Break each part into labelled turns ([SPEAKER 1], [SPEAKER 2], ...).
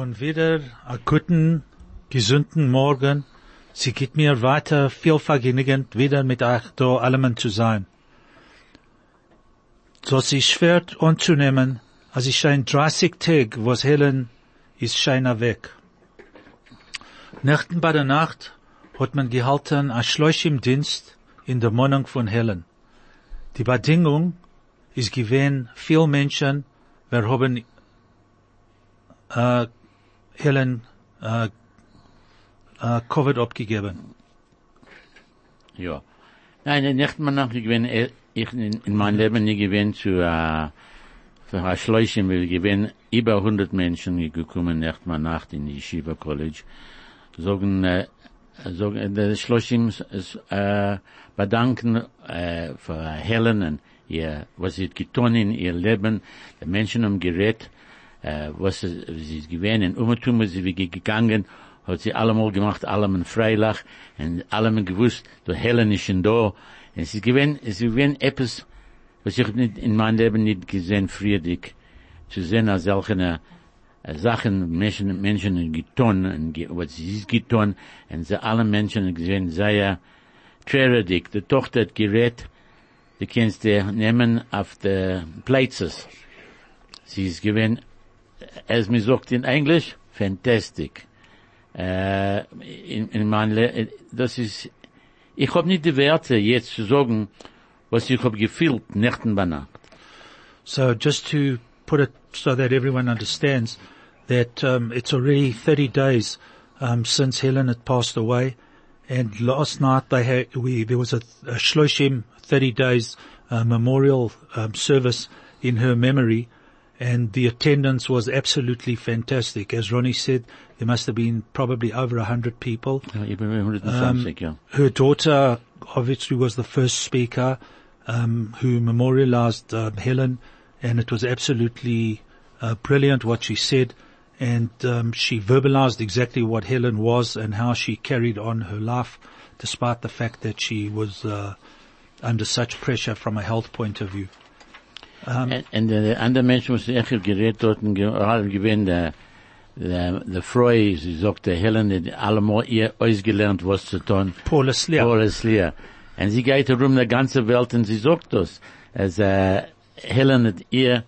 [SPEAKER 1] Und wieder a guten, gesunden Morgen. Sie geht mir weiter viel vergnügend, wieder mit euch da allemen zu sein. So es ist schwer anzunehmen, als ich ein 30 Tag, was Helen ist scheiner weg. Nächten bei der Nacht hat man gehalten a Schläuch im Dienst in der Wohnung von Helen. Die Bedingung ist gewesen, viel Menschen, wir haben äh, Helen äh, äh, Covid abgegeben.
[SPEAKER 2] Ja. Nein, in nicht mal nach, ich bin, eh, ich in, in meinem Leben nie gewesen zu, äh, für ein Schläuchchen, weil ich bin über 100 Menschen gekommen, nicht mal nach in die Yeshiva College. Sagen, äh, sagen, äh, der Schläuchchen ist, äh, bedanken, äh, für Helen und ihr, was sie getan in ihr Leben, die Menschen haben gerät, äh, was es- sie ist gewesen, in Umertum ist sie wie gegangen, hat sie allemal gemacht, allem in Freilach, und allem gewusst, der Helen ist schon da, und es ist gewesen, es ist gewesen etwas, was ich nicht, in meinem Leben nicht gesehen, friedig, zu sehen, als solche, äh, Sachen, Menschen, Menschen haben getan, und ge- was sie ist getan, und sie alle Menschen haben gesehen, sehr, traurig, die Tochter hat gerät, die kannst du nehmen auf die Places. Sie ist gewesen, äh, es mir sagt in Englisch, fantastic. Äh, in, in mein Le äh, das ist, ich hab nicht die Werte jetzt zu sagen, was ich hab gefühlt, nächten bei Nacht.
[SPEAKER 1] So just to put it so that everyone understands that um, it's already 30 days um, since Helen had passed away, and last night they had we there was a, a Shloshim 30 days uh, memorial um, service in her memory, and the attendance was absolutely fantastic. As Ronnie said, there must have been probably over a hundred people.
[SPEAKER 2] Ja, Ich bin 120, ja.
[SPEAKER 1] Her daughter obviously was the first speaker um, who memorialized um, Helen, and it was absolutely uh, brilliant what she said, and um, she verbalized exactly what Helen was and how she carried on her life, despite the fact that she was uh, under such pressure from a health point of view.
[SPEAKER 2] En en de andere mensen moesten echt gereed worden, gerade gewend, de, de, de Freu, sie sagte, Helen, die allemal ihr ausgelernt, was zu tun.
[SPEAKER 1] Paula Slear.
[SPEAKER 2] Paul is leer. En sie geht herum der ganze Welt und sie sagt das. Es, äh, Helen hat ihr,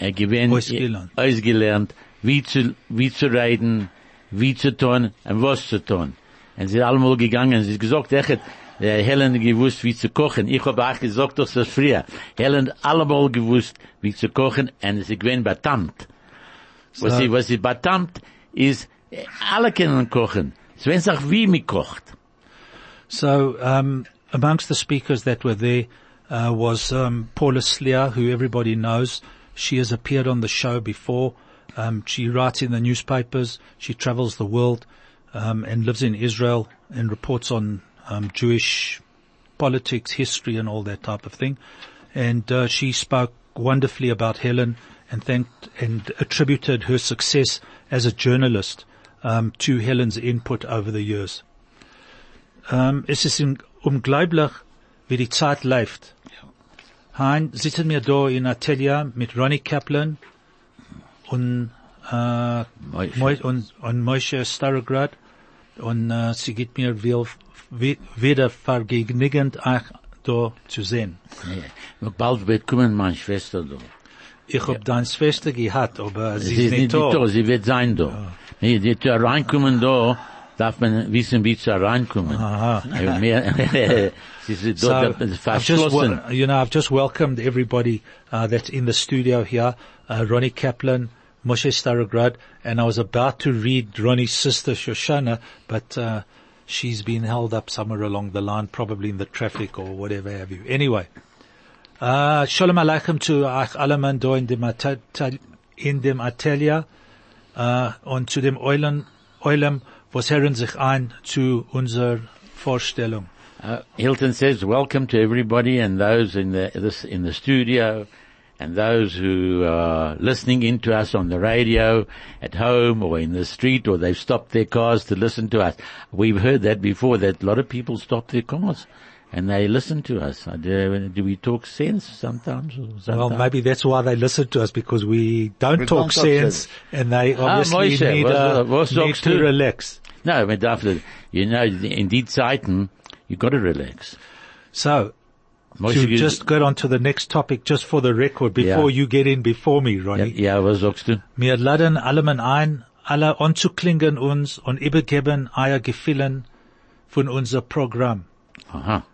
[SPEAKER 2] äh, gewinnt,
[SPEAKER 1] Ausgelernt.
[SPEAKER 2] ausgelernt, wie zu, wie zu reiten, wie zu tun und was zu tun. Und sie ist allemal gegangen, sie hat gesagt, echt, äh, Helen hat gewusst, wie zu kochen. Ich habe auch gesagt, dass das früher. Helen hat allemal gewusst, wie zu kochen und sie gewinnt betammt. Was sie, was sie betammt, ist, äh, alle können kochen. Es weiß auch, wie man kocht.
[SPEAKER 1] So, um, amongst the speakers that were there uh, was um, Paula Slear, who everybody knows. She has appeared on the show before. Um, she writes in the newspapers. She travels the world um, and lives in Israel and reports on um, Jewish politics, history, and all that type of thing. And uh, she spoke wonderfully about Helen and thanked and attributed her success as a journalist um, to Helen's input over the years. Ähm, es ist un- unglaublich, wie die Zeit läuft. Hein, sitzen wir da in Atelier mit Ronnie Kaplan und, äh,
[SPEAKER 2] Moshe.
[SPEAKER 1] Mo und, und Moshe Starograd und äh, sie geht mir wel- we- wieder vergnügend euch da zu sehen.
[SPEAKER 2] Ja. Bald wird kommen meine Schwester da.
[SPEAKER 1] Ich hab dein Schwester gehabt, aber sie, Ah.
[SPEAKER 2] Sie ist nicht da, sie wird sein da. Nee, die zu reinkommen da, darf man wissen, wie zu reinkommen.
[SPEAKER 1] Aha.
[SPEAKER 2] Ja, mehr- Sie ist dort
[SPEAKER 1] So, I've just
[SPEAKER 2] verschlossen.
[SPEAKER 1] wel- you know, I've just welcomed everybody uh, that's in the studio here. Uh, Ronnie Kaplan, Moshe Starograd, and I was about to read Ronnie's sister Shoshana, but uh, she's been held up somewhere along the line, probably in the traffic or whatever have you. Anyway, uh, Shalom Aleichem to Ach Alaman do in dem Atel- Tel- in dem Atelier uh, und zu dem Eulen, Eulen, was herren sich ein zu unser Vorstellung.
[SPEAKER 2] Uh, Hilton says, "Welcome to everybody and those in the this in the studio, and those who are listening in to us on the radio, at home or in the street, or they've stopped their cars to listen to us. We've heard that before. That a lot of people stop their cars." And they listen to us. Uh, Do, do we talk sense sometimes? Or sometimes?
[SPEAKER 1] Well, maybe that's why they listen to us because we don't
[SPEAKER 3] We
[SPEAKER 1] talk
[SPEAKER 3] don't talk
[SPEAKER 1] sense,
[SPEAKER 3] sense.
[SPEAKER 1] and they
[SPEAKER 2] Ah,
[SPEAKER 1] obviously
[SPEAKER 2] Moshe,
[SPEAKER 1] need,
[SPEAKER 2] was-
[SPEAKER 1] uh,
[SPEAKER 2] was
[SPEAKER 1] need
[SPEAKER 2] sagst
[SPEAKER 1] to
[SPEAKER 2] du?
[SPEAKER 1] relax.
[SPEAKER 2] No, but after, you know, in these Zeiten, you got to relax.
[SPEAKER 1] So
[SPEAKER 2] Moshe,
[SPEAKER 1] to
[SPEAKER 2] you-
[SPEAKER 1] just get on to the next topic, just for the record, before you get in before me,
[SPEAKER 2] Ja,
[SPEAKER 1] Ronnie.
[SPEAKER 2] ja, was sagst du?
[SPEAKER 1] Mir laden allemen ein, alle anzuklingen uns und übergeben eier Gefillen von unser Programm.
[SPEAKER 2] Aha.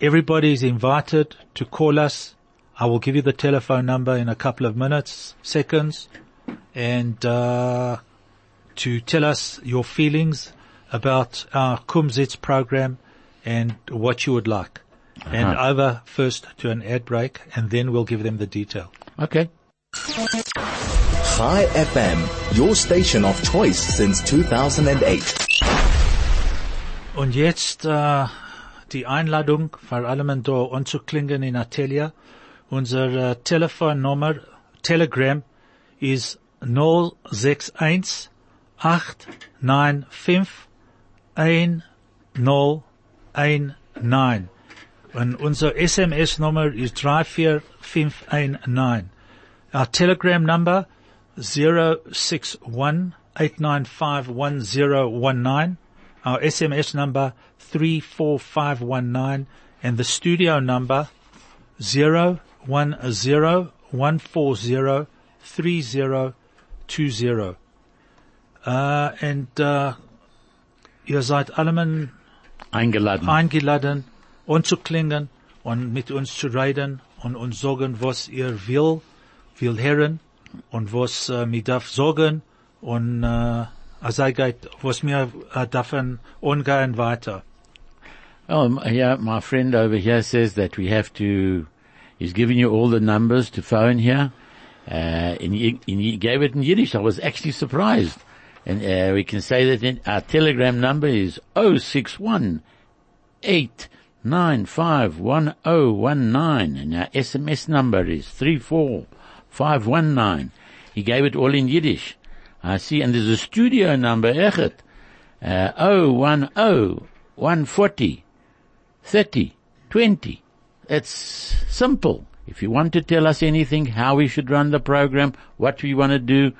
[SPEAKER 1] Everybody is invited to call us. I will give you the telephone number in a couple of minutes, seconds, and uh, to tell us your feelings about our Kumsitz program and what you would like. And over first to an ad break, and then we'll give them the detail.
[SPEAKER 2] Okay.
[SPEAKER 3] Hi FM, your station of choice since 2008.
[SPEAKER 1] Und jetzt äh, die Einladung, vor allem in da anzuklingen in Atelia. Unser äh, Telefonnummer, Telegram, ist 061 895 1019. Und unser SMS-Nummer ist 34519. Our Äh, Telegram number 0618951019. Our SMS number 34519 and the studio number 0101403020. Uh, and, uh, ihr seid allemen
[SPEAKER 2] Eingeladen.
[SPEAKER 1] eingeladen, anzuklingen und mit uns zu reden und uns sagen, was ihr will, will hören und was äh, mir darf sagen und äh, also geht, was mir äh, davon angehen weiter.
[SPEAKER 2] Oh, m- yeah, my friend over here says that we have to, he's giving you all the numbers to phone here. Uh, and, he, and he gave it in Yiddish. I was actually surprised. And, uh, we can say that in, our telegram number is 061 8951019 and our SMS number is 34519. He gave it all in Yiddish. I see, and there's a studio number, Echet, uh, 010 140 30 20. It's simple. If you want to tell us anything, how we should run the program, what you want to do,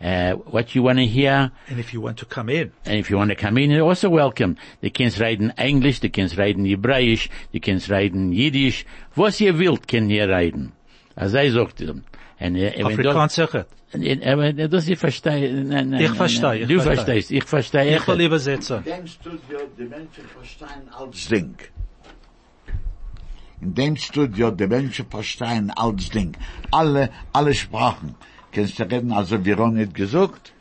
[SPEAKER 2] uh, what you want to hear,
[SPEAKER 1] And if you want to come in,
[SPEAKER 2] and if you want to come in, you're also welcome. Du kannst reden Englisch, du kannst reden Hebräisch, du kannst reden Jiddisch. Was ihr wollt, könnt ihr reden. Also er sagt ihm. Und, äh, wenn
[SPEAKER 1] Afrikaans sicher.
[SPEAKER 2] dort- äh, Aber das ich verstehe. Nein, nein,
[SPEAKER 1] Ich
[SPEAKER 2] nein,
[SPEAKER 1] verstehe,
[SPEAKER 2] nein.
[SPEAKER 1] ich
[SPEAKER 2] Du
[SPEAKER 1] verstehe.
[SPEAKER 2] verstehst, ich verstehe.
[SPEAKER 1] Ich will übersetzen.
[SPEAKER 4] dem Studio die Menschen verstehen als Ding. In dem Studio die Menschen verstehen als Ding. Alle, alle Sprachen. Kannst du reden, also wir haben nicht gesucht.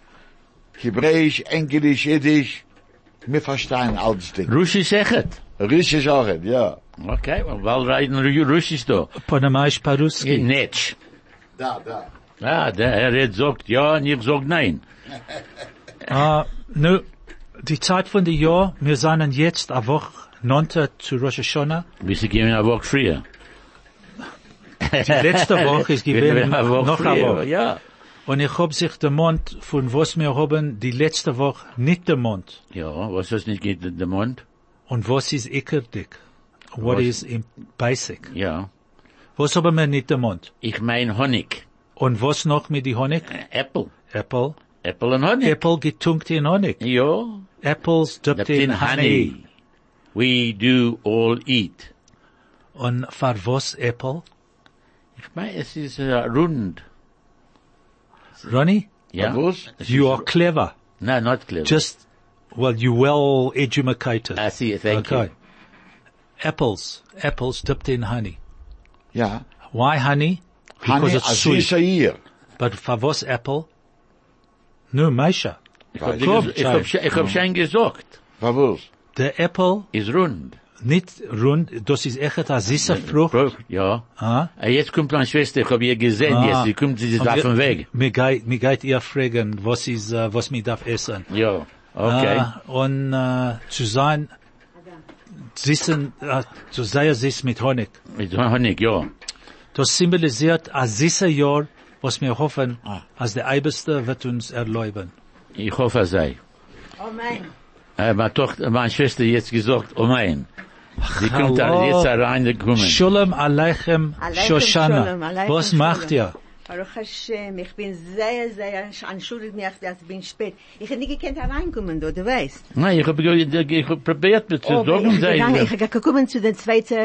[SPEAKER 4] Hebräisch, Englisch, Jiddisch. Wir verstehen als Ding.
[SPEAKER 2] Russisch echt.
[SPEAKER 4] Russisch auch, ja.
[SPEAKER 2] Okay, well, well reden Ru- Russisch da.
[SPEAKER 1] Panamaisch Paruski.
[SPEAKER 2] Netsch.
[SPEAKER 4] Da, da.
[SPEAKER 2] Ah, der Herr hat sagt ja und ich sag nein.
[SPEAKER 1] Ah, nu, die Zeit von der Jahr, wir sind jetzt eine Woche, 9. zu Rosh Hashanah.
[SPEAKER 2] Wir sind gehen eine Woche früher.
[SPEAKER 1] Die letzte Woche ist gewesen,
[SPEAKER 2] Eine Woche
[SPEAKER 1] noch eine
[SPEAKER 2] früher,
[SPEAKER 1] Woche.
[SPEAKER 2] Ja.
[SPEAKER 1] Und ich hab sich der Mond, von was wir haben, die letzte Woche, nicht der Mond.
[SPEAKER 2] Ja, was ist nicht geht der Mond?
[SPEAKER 1] Und was ist eckerdig? What
[SPEAKER 2] Was-
[SPEAKER 1] is im basic?
[SPEAKER 2] Ja.
[SPEAKER 1] Was haben wir nicht der Mond?
[SPEAKER 2] Ich mein Honig.
[SPEAKER 1] Und was noch mit die Honig?
[SPEAKER 2] Apple.
[SPEAKER 1] Apple.
[SPEAKER 2] Apple and honey.
[SPEAKER 1] Apple getunkt in Honig.
[SPEAKER 2] Ja.
[SPEAKER 1] Apples dipped
[SPEAKER 2] Dipped
[SPEAKER 1] in honey.
[SPEAKER 2] We do all eat.
[SPEAKER 1] Und für was Apple?
[SPEAKER 2] Ich mein, es ist äh, rund.
[SPEAKER 1] Ronnie,
[SPEAKER 2] Ja.
[SPEAKER 4] Was?
[SPEAKER 2] Es
[SPEAKER 1] you
[SPEAKER 2] ist-
[SPEAKER 1] are clever.
[SPEAKER 2] No, not clever.
[SPEAKER 1] Just, well, you well educated.
[SPEAKER 2] I Ah, see, thank you.
[SPEAKER 1] Apples. Apples dipped in honey.
[SPEAKER 4] Ja.
[SPEAKER 1] Why honey? Because
[SPEAKER 4] Hanni,
[SPEAKER 1] it's
[SPEAKER 4] also
[SPEAKER 1] sweet.
[SPEAKER 4] ist er hier.
[SPEAKER 1] But for was Apple? No, Meisha.
[SPEAKER 2] Ich hab,
[SPEAKER 1] Komm,
[SPEAKER 2] ich hab, schon- ich hab schon gesagt.
[SPEAKER 4] Verwurz.
[SPEAKER 1] The Apple,
[SPEAKER 2] Ist rund.
[SPEAKER 1] nicht rund, das ist echt eine süße Frucht.
[SPEAKER 2] Frucht, Ja.
[SPEAKER 1] Ah.
[SPEAKER 2] Ah, Jetzt kommt meine Schwester, ich hab ihr gesehen, jetzt, sie kommt, sie ist auf dem Weg.
[SPEAKER 1] Mir geht, mir geht ihr fragen, was ist, äh, was mir darf essen.
[SPEAKER 2] Ja. Okay.
[SPEAKER 1] Ah, und äh, zu sein, Sissen, äh, so sei es ist mit Honig.
[SPEAKER 2] Mit Honig, ja.
[SPEAKER 1] Das symbolisiert ein dieses Jahr, was wir hoffen, als der Eiberste wird uns erleuben.
[SPEAKER 2] Ich hoffe, er sei.
[SPEAKER 5] Amen.
[SPEAKER 2] Äh, meine Tochter, meine Schwester jetzt gesagt, oh mein. Sie kommt da
[SPEAKER 1] hallo.
[SPEAKER 2] jetzt er reingekommen.
[SPEAKER 1] Shalom Aleichem
[SPEAKER 5] Aleichem
[SPEAKER 1] Shoshana.
[SPEAKER 5] Shalom, Aleichem
[SPEAKER 1] Was macht
[SPEAKER 5] Shalom.
[SPEAKER 1] ihr?
[SPEAKER 5] Baruch Hashem, ich bin sehr, sehr, entschuldigt mich, dass ich bin spät. Ich hätte nicht gekannt hereinkommen, du, du weißt.
[SPEAKER 2] Nein, ich habe ich hab probiert mit zu
[SPEAKER 5] Aber
[SPEAKER 2] sagen,
[SPEAKER 5] ich
[SPEAKER 2] sei
[SPEAKER 5] gegangen, ich gekommen zu der zweiten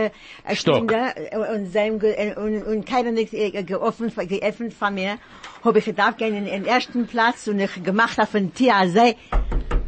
[SPEAKER 5] äh,
[SPEAKER 2] Stock.
[SPEAKER 5] Stunde äh, und, seinem, ge- äh, und, und keiner nicht äh, geoffen, geöffnet von mir. Habe ich gedacht, gehen in den ersten Platz und ich gemacht auf den Tier, sei,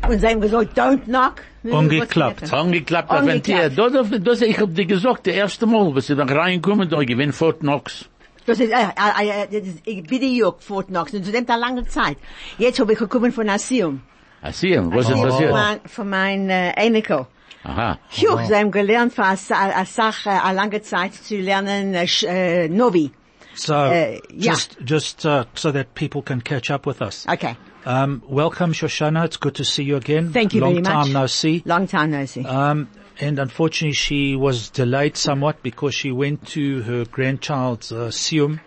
[SPEAKER 5] und seinem gesagt, don't knock.
[SPEAKER 1] Umgeklappt.
[SPEAKER 2] Angeklappt auf ein Tier.
[SPEAKER 5] Angeklappt.
[SPEAKER 2] Das, das- das, ich hab dir gesagt, der erste Mal, was sie dann reinkommen, da gewinnt Fort Knox.
[SPEAKER 5] Das ist, äh, äh, äh, das ist, ich bitte Jörg, Fort Knox, und zu dem da lange Zeit. Jetzt habe ich gekommen von Asium.
[SPEAKER 2] Asiam, Ah, was ist
[SPEAKER 5] Von
[SPEAKER 2] passiert?
[SPEAKER 5] mein, von mein äh, Eneko.
[SPEAKER 2] Aha.
[SPEAKER 5] Juch, sie haben gelernt für eine Sa- eine Sache, eine eh, lange Zeit zu lernen, äh, Sch- äh, Novi.
[SPEAKER 1] So,
[SPEAKER 5] Äh, ja.
[SPEAKER 1] just, just, uh, so that people can catch up with us.
[SPEAKER 5] Okay.
[SPEAKER 1] Um, welcome Shoshana. It's good to see you again.
[SPEAKER 5] Thank you
[SPEAKER 1] Long
[SPEAKER 5] very much.
[SPEAKER 1] time no see.
[SPEAKER 5] Long time no see.
[SPEAKER 1] Um, and unfortunately, she was delayed somewhat because she went to her grandchild's uh, sium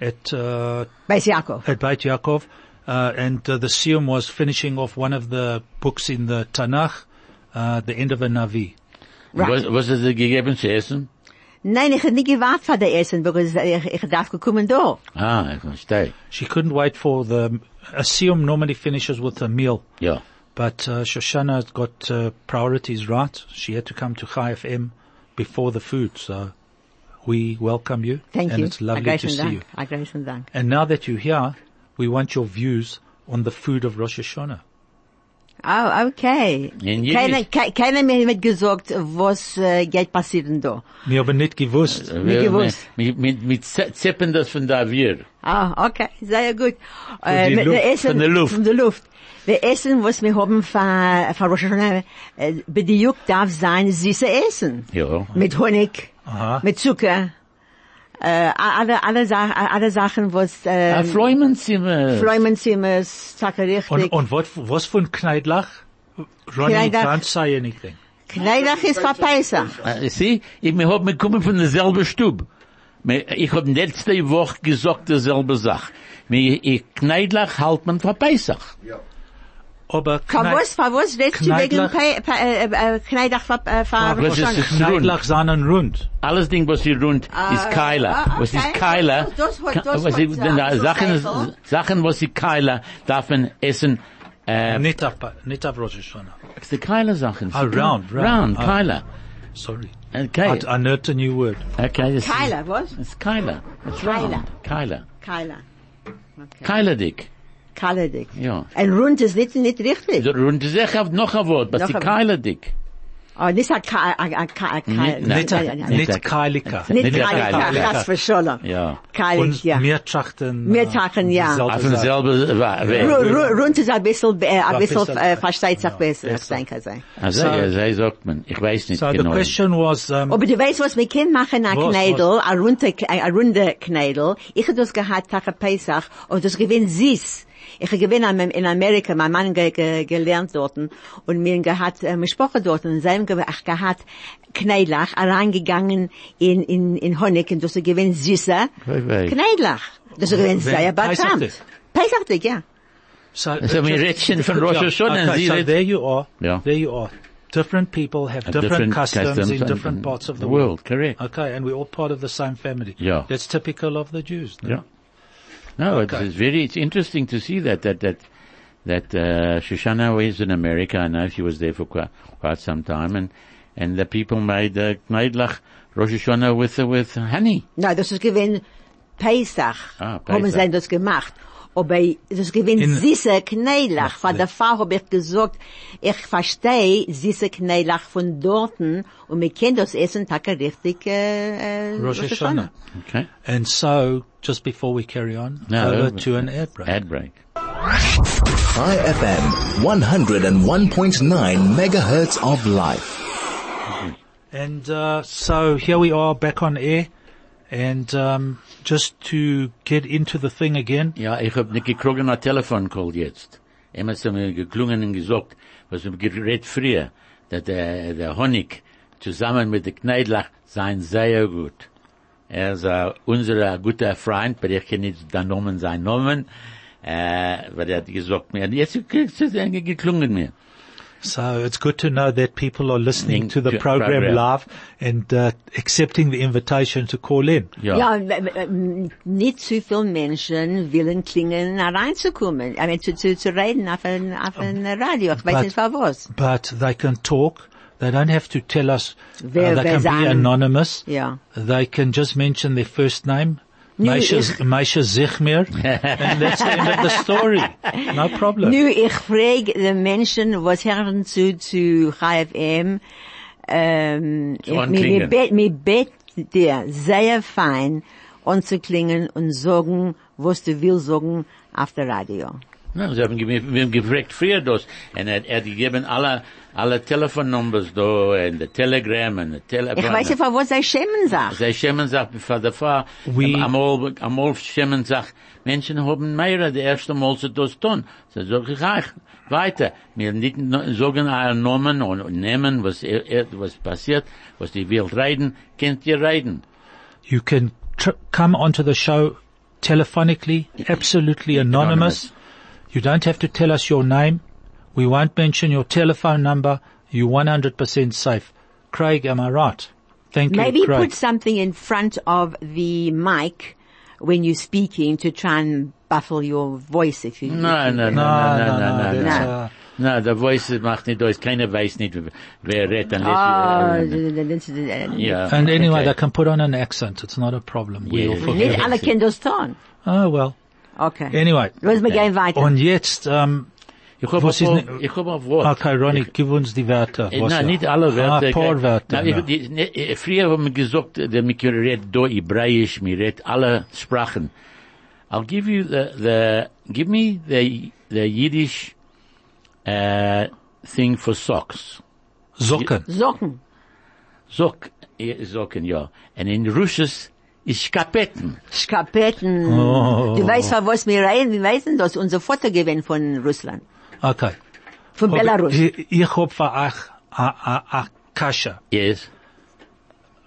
[SPEAKER 1] at uh,
[SPEAKER 5] Beis Yaakov.
[SPEAKER 1] at Beit Yaakov, uh, and uh, the sium was finishing off one of the books in the Tanakh, uh, the end of a Navi.
[SPEAKER 5] Right.
[SPEAKER 2] Was, was ist dir gegeben zu essen?
[SPEAKER 5] Nein, ich hätte nicht gewartet für das Essen, because ich, ich darf gekommen da.
[SPEAKER 2] Ah, ich verstehe.
[SPEAKER 1] She couldn't wait for the a sium normally finishes with a meal,
[SPEAKER 2] Ja.
[SPEAKER 1] but uh, Shoshana got uh, priorities right. She had to come to Chai FM before the food, so we welcome you,
[SPEAKER 5] Thank
[SPEAKER 1] and
[SPEAKER 5] you.
[SPEAKER 1] it's lovely to
[SPEAKER 5] Agreisen
[SPEAKER 1] see
[SPEAKER 5] Dank.
[SPEAKER 1] you.
[SPEAKER 5] Agreisen Dank.
[SPEAKER 1] And now that you're here, we want your views on the food of Rosh Hashanah.
[SPEAKER 5] Oh, okay.
[SPEAKER 2] In Jiddisch.
[SPEAKER 5] Keiner, ke- keiner mir hat gesagt, was äh, geht passieren da.
[SPEAKER 1] Wir haben nicht gewusst.
[SPEAKER 5] Wie gewusst.
[SPEAKER 2] Mit, mit, mit Ze- Zeppen das von da wir.
[SPEAKER 5] Ah, okay, sehr gut.
[SPEAKER 1] die
[SPEAKER 5] mit-
[SPEAKER 1] Luft,
[SPEAKER 5] der Essen,
[SPEAKER 2] von der Luft.
[SPEAKER 5] Von der Luft. Der Essen, was wir haben für, für Rosh Hashanah, äh, bediuck darf sein süße Essen.
[SPEAKER 2] Ja.
[SPEAKER 5] Mit Honig,
[SPEAKER 1] Aha.
[SPEAKER 5] mit Zucker, äh, alle, alle, Sa- alle Sachen, was, äh,
[SPEAKER 2] Ah, Fleumenzimmer.
[SPEAKER 5] Fläumenzimmers, Zucker
[SPEAKER 1] Und,
[SPEAKER 5] richtig.
[SPEAKER 1] und was, was für ein Kneidlach? Ronnie
[SPEAKER 5] Kneidlach.
[SPEAKER 1] can't say anything.
[SPEAKER 5] Kneidach ist für Pesach.
[SPEAKER 2] Ah, Sie, ich mir hab mir kommen von derselben Stub. Mir- Ich hab letzte Woche gesagt derselbe Sach. Mir ich Kneidlach halt man für Pesach.
[SPEAKER 1] Aber
[SPEAKER 5] Für
[SPEAKER 1] Kneid-
[SPEAKER 5] was, für was redest du wegen
[SPEAKER 1] Kneidlach.
[SPEAKER 5] Pe- Pe- äh, äh, Kneidach für, äh, für
[SPEAKER 2] Ah, das
[SPEAKER 5] Rosh
[SPEAKER 2] ist
[SPEAKER 5] Hashanah?
[SPEAKER 2] es
[SPEAKER 1] Kneidlach
[SPEAKER 2] rund.
[SPEAKER 1] seinen Rund.
[SPEAKER 2] Alles Ding was hier rund ist Keiler.
[SPEAKER 5] ah,
[SPEAKER 2] Was ist
[SPEAKER 5] okay.
[SPEAKER 2] Keiler?
[SPEAKER 5] Das- das- das- das-
[SPEAKER 2] Was ist-
[SPEAKER 5] das- das-
[SPEAKER 2] Sachen
[SPEAKER 5] das-
[SPEAKER 2] Sachen was sie Keiler darf man essen. Äh,
[SPEAKER 1] Nicht auf, nicht auf Rosh Hashanah.
[SPEAKER 2] die Keiler Sachen.
[SPEAKER 1] Ah, round, round.
[SPEAKER 2] round
[SPEAKER 1] Ah.
[SPEAKER 2] Keiler.
[SPEAKER 1] Sorry.
[SPEAKER 2] Okay.
[SPEAKER 1] I, I learnt a new word.
[SPEAKER 2] Okay, das ist-
[SPEAKER 5] Keiler, was?
[SPEAKER 2] Das ist Keiler. It's round. Keiler.
[SPEAKER 5] Keiler.
[SPEAKER 2] Keiler dick.
[SPEAKER 5] Kaledig.
[SPEAKER 2] Ja.
[SPEAKER 5] Ein Rund ist nicht, nicht richtig.
[SPEAKER 2] Der runde Sache hat noch ein Wort, was
[SPEAKER 5] Noch
[SPEAKER 2] die
[SPEAKER 5] ein-
[SPEAKER 2] Keiler dick.
[SPEAKER 5] Oh, nicht ein Ka, ein, ein Ka, ein Ka,
[SPEAKER 2] Nicht-
[SPEAKER 1] Nicht,
[SPEAKER 5] nein, nein, nein.
[SPEAKER 1] nicht Keilika.
[SPEAKER 2] Nicht
[SPEAKER 5] Nicht
[SPEAKER 2] der
[SPEAKER 5] Kalika,
[SPEAKER 2] Kalika.
[SPEAKER 5] das für Scholem.
[SPEAKER 2] Ja.
[SPEAKER 5] Kalik,
[SPEAKER 1] Und
[SPEAKER 5] ja.
[SPEAKER 1] mehr Trachten.
[SPEAKER 5] Mehr Trachten, ja.
[SPEAKER 1] dieselbe
[SPEAKER 2] Auf dem
[SPEAKER 1] Sache.
[SPEAKER 2] selben Weg.
[SPEAKER 5] Ru- ru- Rund ist ein bisschen, äh, ein
[SPEAKER 1] Ja,
[SPEAKER 5] bisschen,
[SPEAKER 1] besser.
[SPEAKER 5] äh, versteht sich
[SPEAKER 1] Ja,
[SPEAKER 5] besser,
[SPEAKER 1] besser.
[SPEAKER 5] denke ich.
[SPEAKER 2] Also,
[SPEAKER 1] So-
[SPEAKER 2] ja, sei sagt man. Ich weiß nicht
[SPEAKER 1] So the
[SPEAKER 2] genau.
[SPEAKER 1] question was, um,
[SPEAKER 5] Aber du weißt, was wir können machen, ein
[SPEAKER 1] Was, was?
[SPEAKER 5] Knädel, ein runde, ein runde Knädel. Ich hab das gehabt, Tag Pesach, und das gewinnt süß. Ich gewinnt in Amerika, mein Mann ge, ge, gelernt dorten, und mir gehabt, äh, gesprochen dorten, und seinem ge, ach, gehabt, Knädelach, reingegangen in, in, in Honig, und das gewinnt süßer.
[SPEAKER 2] Wei, wei.
[SPEAKER 5] Knädelach. Das gewinnt
[SPEAKER 1] Wenn-
[SPEAKER 5] sehr
[SPEAKER 1] Pesachtig.
[SPEAKER 5] batant. Pesachtig, ja.
[SPEAKER 1] so,
[SPEAKER 2] So wir reden von Rosh Hashanah,
[SPEAKER 1] Okay,
[SPEAKER 2] Sie
[SPEAKER 1] so
[SPEAKER 2] reden-
[SPEAKER 1] there you are.
[SPEAKER 2] Ja.
[SPEAKER 1] There you are. Different people have
[SPEAKER 2] Have
[SPEAKER 1] different,
[SPEAKER 2] different
[SPEAKER 1] customs,
[SPEAKER 2] customs
[SPEAKER 1] in
[SPEAKER 2] and-
[SPEAKER 1] different
[SPEAKER 2] and
[SPEAKER 1] parts of
[SPEAKER 2] the
[SPEAKER 1] the
[SPEAKER 2] world,
[SPEAKER 1] world.
[SPEAKER 2] correct.
[SPEAKER 1] Okay, and we're all part of the same family.
[SPEAKER 2] Yeah.
[SPEAKER 1] That's typical of the Jews. no?
[SPEAKER 2] Yeah. No,
[SPEAKER 1] Okay.
[SPEAKER 2] it's very, it's interesting to see that, that, that, that, uh, Shoshana is in America. I know she was there for quite, quite some time and, and the people made, uh, Kneidlach Rosh Hashanah with, uh, with honey.
[SPEAKER 5] Nein, das ist gewesen Pesach.
[SPEAKER 2] Ah, Pesach.
[SPEAKER 5] Haben sie das gemacht. Aber das ist gewesen
[SPEAKER 1] In-
[SPEAKER 5] süße Knädelach. Von der Frau habe ich gesagt, ich verstehe süße Knädelach von dorten und wir können das Essen tag richtig äh, äh,
[SPEAKER 1] Rosh Hashanah.
[SPEAKER 2] Okay.
[SPEAKER 1] And so, just before we carry on,
[SPEAKER 2] No,
[SPEAKER 1] over
[SPEAKER 2] but-
[SPEAKER 1] to an ad break.
[SPEAKER 2] Ad break.
[SPEAKER 3] High FM 101.9 megahertz of life.
[SPEAKER 1] And uh, so here we are back on air, and um, just to get into the thing again,
[SPEAKER 2] Ja, ich hab nicht gekriegen ein Telefoncall jetzt. Immer sind mir geklungen und gesagt, was ich geredet früher, dass der, der Honig, zusammen mit den Kneidlach sein sehr gut. Er ist äh, unser guter Freund, aber ich kenne nicht den Namen, seinen Namen, äh, weil er hat gesagt mir, jetzt kriegst du es irgendwie geklungen mir.
[SPEAKER 1] So it's good to know that people are listening
[SPEAKER 2] Listening
[SPEAKER 1] to the
[SPEAKER 2] to-
[SPEAKER 1] program,
[SPEAKER 2] program.
[SPEAKER 1] live and uh, accepting the invitation to call in.
[SPEAKER 5] Ja, m- m- nicht zu viele Menschen wollen klingen, reinzukommen. I mean, zu, zu, zu reden auf ein, auf ein Radio. Ich weiß
[SPEAKER 1] but-
[SPEAKER 5] nicht, für was.
[SPEAKER 1] But they can talk. They don't have to tell us. uh,
[SPEAKER 5] Wer-
[SPEAKER 1] they
[SPEAKER 5] wer
[SPEAKER 1] can be
[SPEAKER 5] sein-
[SPEAKER 1] anonymous.
[SPEAKER 5] Yeah.
[SPEAKER 1] They can just mention their first name.
[SPEAKER 5] Nu
[SPEAKER 1] Meisha
[SPEAKER 5] ich-
[SPEAKER 1] Meisha Zichmir. and that's the end of the story. No problem.
[SPEAKER 5] Nu, ich frage die Menschen, was hören zu, zu HFM, ähm, ich, mir, mir,
[SPEAKER 2] anklingen.
[SPEAKER 5] bet, mir bet dir sehr fein anzuklingen und sagen, was du willst sagen auf der Radio.
[SPEAKER 2] Na, sie haben ge- wir haben gefragt früher das, und er, er hat gegeben alle, alle Telefonnummers da, und der Telegram, und der Telegram.
[SPEAKER 5] Ich weiß nicht, für was sie schämen sich.
[SPEAKER 2] Zij schemmen zich van de vaar.
[SPEAKER 1] We-
[SPEAKER 2] Amol, amol schemmen zich. Menschen haben mehr, de erste Mal zu das tun. So sag ich euch, weiter. Wir nicht no- sagen einen Namen und und nehmen, was, er- er- was passiert, was die Welt reden, könnt ihr reden.
[SPEAKER 1] You can tr- come onto the show telephonically, absolutely anonymous.
[SPEAKER 2] Anonymous.
[SPEAKER 1] You don't have to tell us your name. We won't mention your telephone number. You're 100% safe. Craig, am I right? Thank
[SPEAKER 5] Maybe
[SPEAKER 1] you, Craig.
[SPEAKER 5] put something in front of the mic when you're speaking to try and baffle your voice if you.
[SPEAKER 2] Nein, nein, nein, nein, nein,
[SPEAKER 1] that's,
[SPEAKER 2] nein, nein.
[SPEAKER 1] uh,
[SPEAKER 2] Nein, der Voice macht nicht aus. Keiner weiß nicht, wer redet. unless
[SPEAKER 5] Oh,
[SPEAKER 2] you- eh, Ja,
[SPEAKER 1] and anyway,
[SPEAKER 2] okay.
[SPEAKER 1] they can put on an accent. It's not a problem. We'll
[SPEAKER 2] Yeah.
[SPEAKER 1] forgive.
[SPEAKER 5] nicht alle kennen das Ton.
[SPEAKER 1] Oh well.
[SPEAKER 5] Okay.
[SPEAKER 1] Anyway.
[SPEAKER 5] Los, wir gehen weiter.
[SPEAKER 1] Und jetzt, um,
[SPEAKER 2] Ich hab
[SPEAKER 1] Was
[SPEAKER 2] auf-
[SPEAKER 1] ist ne-
[SPEAKER 2] ich hab auf Wort.
[SPEAKER 1] okay, Ronnie, gib uns die Werte.
[SPEAKER 2] Eh,
[SPEAKER 1] was
[SPEAKER 2] Nein,
[SPEAKER 1] ja.
[SPEAKER 2] nicht alle Wörter.
[SPEAKER 1] Ah, ein paar
[SPEAKER 2] gell.
[SPEAKER 1] Wörter.
[SPEAKER 2] Nein, ich-
[SPEAKER 1] ja.
[SPEAKER 2] die- ne, eh, Früher haben wir gesagt, der Mikro redet da Hebräisch, mir redet alle Sprachen. I'll give you the, the, give me the, the Yiddish, uh, thing for socks.
[SPEAKER 1] Socken.
[SPEAKER 5] Socken.
[SPEAKER 2] Sock, eh, Socken, ja. And in Russisch ist Skapetten.
[SPEAKER 5] Skapetten.
[SPEAKER 1] Oh.
[SPEAKER 5] Du weißt, von was wir reden. Wir wissen das. Unser Foto gewinnt von Russland.
[SPEAKER 1] Okay.
[SPEAKER 5] Von Belarus.
[SPEAKER 1] Ich, ich hab für euch a, a, a Kasche.
[SPEAKER 2] Yes.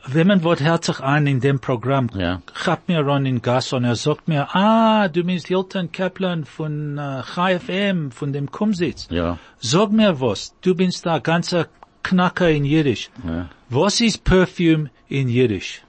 [SPEAKER 1] Wenn man wird herzig ein in dem Programm,
[SPEAKER 2] Ja.
[SPEAKER 1] hab mir Ron in Gas und er sagt mir, ah, du bist Hilton Kaplan von äh, HFM, von dem Kumsitz.
[SPEAKER 2] Ja.
[SPEAKER 1] Sag mir was, du bist da ganzer Knacker in Jiddisch.
[SPEAKER 2] Ja.
[SPEAKER 1] Was ist Perfume in Jiddisch?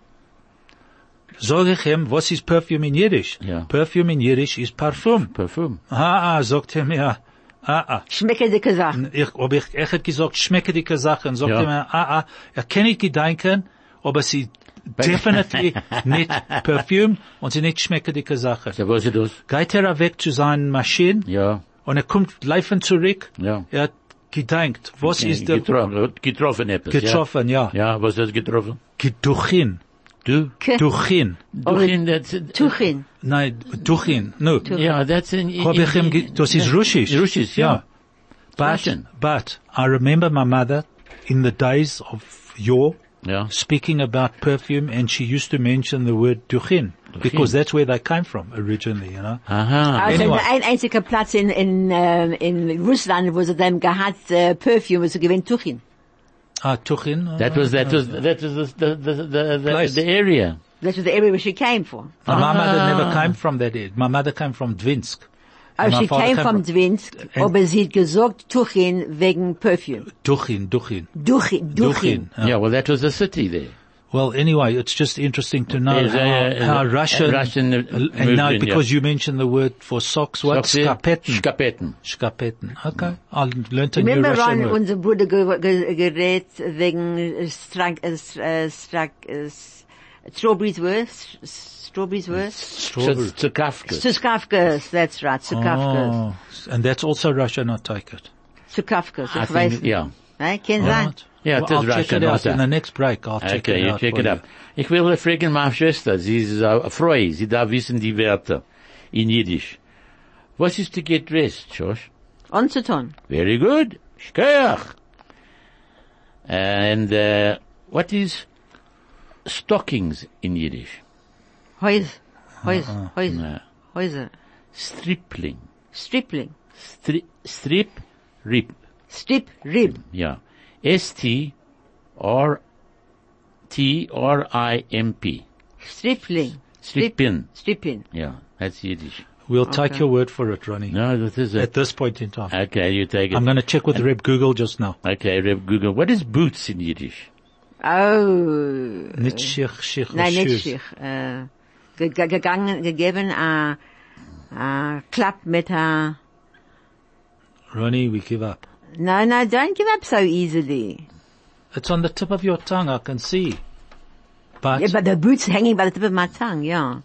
[SPEAKER 1] Sag ich ihm, was ist Perfume in Jiddisch?
[SPEAKER 2] Ja.
[SPEAKER 1] Perfume in Jiddisch ist Parfum.
[SPEAKER 2] Parfum.
[SPEAKER 1] Ah, ah, sagt er mir, ah, ah.
[SPEAKER 5] Schmecke dicke Sachen.
[SPEAKER 1] Ich, ob ich, ich hätte gesagt, schmecke dicke Sachen, sagt
[SPEAKER 2] Ja.
[SPEAKER 1] er mir, ah, ah, er kann nicht gedenken, aber sie definitely nicht Perfume und sie nicht schmecke dicke Sachen.
[SPEAKER 2] So, was ist das?
[SPEAKER 1] Geht er weg zu seinen Maschinen
[SPEAKER 2] Ja.
[SPEAKER 1] und er kommt leifend zurück,
[SPEAKER 2] Ja.
[SPEAKER 1] er hat gedenkt, was ist der
[SPEAKER 2] Getroffen, getroffen etwas, ja.
[SPEAKER 1] getroffen, ja.
[SPEAKER 2] Ja, was ist getroffen?
[SPEAKER 1] Geduchin,
[SPEAKER 2] Du?
[SPEAKER 5] Ke-
[SPEAKER 1] Duchin,
[SPEAKER 2] Duchin, that's-
[SPEAKER 5] Tuchin.
[SPEAKER 1] nein, Duchin, no.
[SPEAKER 2] Ja, that's in,
[SPEAKER 1] Hab ich ihm, ge- das ist Russisch.
[SPEAKER 2] Russisch, ja.
[SPEAKER 1] But,
[SPEAKER 2] Russian.
[SPEAKER 1] but I remember my mother in the days of yore,
[SPEAKER 2] Ja.
[SPEAKER 1] speaking about perfume and she used to mention the word duchin because that's where they came from originally, you know.
[SPEAKER 2] Ah. Aha.
[SPEAKER 5] Also
[SPEAKER 1] Ah, Anyway.
[SPEAKER 5] ein einziger Platz in, in, ähm, in Russland, wo sie dem gehabt, äh, Perfume, wo sie gewinnt Tuchin.
[SPEAKER 1] Ah, duchin. uh,
[SPEAKER 2] That was that was that was the the the, the,
[SPEAKER 1] Place.
[SPEAKER 2] the area.
[SPEAKER 5] That was the area where she came from.
[SPEAKER 1] my mother never
[SPEAKER 2] Ah.
[SPEAKER 1] came from that. area. My mother came from Dvinsk.
[SPEAKER 5] Oh,
[SPEAKER 1] And my
[SPEAKER 5] she
[SPEAKER 1] father
[SPEAKER 5] came from Dvinsk, aber sie hat gesagt Tuchin wegen Perfume.
[SPEAKER 1] Duchin, duchin,
[SPEAKER 5] Duchin, Duchin.
[SPEAKER 1] duchin.
[SPEAKER 2] Yeah. well, that was the city there.
[SPEAKER 1] Uh, Well, anyway, it's just interesting to know
[SPEAKER 2] Is,
[SPEAKER 1] how,
[SPEAKER 2] uh,
[SPEAKER 1] how
[SPEAKER 2] uh,
[SPEAKER 1] Russian,
[SPEAKER 2] Russian, uh,
[SPEAKER 1] and now
[SPEAKER 2] movement,
[SPEAKER 1] because you mentioned the word for socks, what?
[SPEAKER 2] Socks, yeah.
[SPEAKER 1] Skapetten.
[SPEAKER 2] Skapetten.
[SPEAKER 1] Skapetten. Okay. I learnt a new
[SPEAKER 5] Remember
[SPEAKER 1] Russian
[SPEAKER 5] Ron,
[SPEAKER 1] word.
[SPEAKER 5] unser Bruder ge ge gerät wegen äh, Strank, äh, Str- äh, Strank, äh, S- Strawberries Worth, Strawberries Worth?
[SPEAKER 1] Strawberry.
[SPEAKER 2] Sk- Skafka.
[SPEAKER 5] Tsukavkas, that's right, Tsukavkas.
[SPEAKER 1] Oh, and that's also Russian, I take it.
[SPEAKER 5] Tsukavkas,
[SPEAKER 2] I
[SPEAKER 5] ich weiß
[SPEAKER 2] think,
[SPEAKER 5] nicht.
[SPEAKER 2] yeah.
[SPEAKER 5] Nein, kein sein.
[SPEAKER 1] Right.
[SPEAKER 2] Yeah,
[SPEAKER 1] well,
[SPEAKER 2] it is
[SPEAKER 1] I'll check
[SPEAKER 2] Russian,
[SPEAKER 1] it out
[SPEAKER 2] also.
[SPEAKER 1] in the next break. I'll check
[SPEAKER 2] okay,
[SPEAKER 1] it
[SPEAKER 2] you
[SPEAKER 1] out.
[SPEAKER 2] check
[SPEAKER 1] for
[SPEAKER 2] it
[SPEAKER 1] you.
[SPEAKER 2] up. Ich will fragen meine Schwester, sie ist uh, Freu, sie da wissen die Wörter in Jiddisch. Was ist to get dressed, Josh?
[SPEAKER 5] Anzuton.
[SPEAKER 2] Very good. Shkoyach. And uh, what is stockings in Yiddish?
[SPEAKER 5] Häuser, Häuser, Häuser,
[SPEAKER 2] no.
[SPEAKER 5] Häuser.
[SPEAKER 2] Stripling.
[SPEAKER 5] Stripling.
[SPEAKER 2] Stri strip, rip.
[SPEAKER 5] Strip, Rib.
[SPEAKER 2] Yeah. S T R S-T-R-I-M-P.
[SPEAKER 5] Stripling.
[SPEAKER 2] Strippin.
[SPEAKER 5] Strippin.
[SPEAKER 2] Yeah, that's Yiddish.
[SPEAKER 1] We'll take your word for it, Ronnie.
[SPEAKER 2] No, this is
[SPEAKER 1] At
[SPEAKER 2] it.
[SPEAKER 1] this point in time.
[SPEAKER 2] Okay, you take it.
[SPEAKER 1] I'm going to check with Reb Google just now.
[SPEAKER 2] Okay, Reb Google. What is boots in Yiddish?
[SPEAKER 5] Oh.
[SPEAKER 2] Uh,
[SPEAKER 1] Nicht Schich, Schich,
[SPEAKER 5] Nein, nicht
[SPEAKER 1] Schich.
[SPEAKER 5] schick. Äh, ge- ge- gegangen, gegeben, a, a Klapp mit äh, a,
[SPEAKER 1] Ronnie, we give up.
[SPEAKER 5] no, no, don't give up so easily.
[SPEAKER 1] It's on the tip of your tongue, I can see. But,
[SPEAKER 5] Yeah, but the boots hanging by the tip of my tongue, yeah.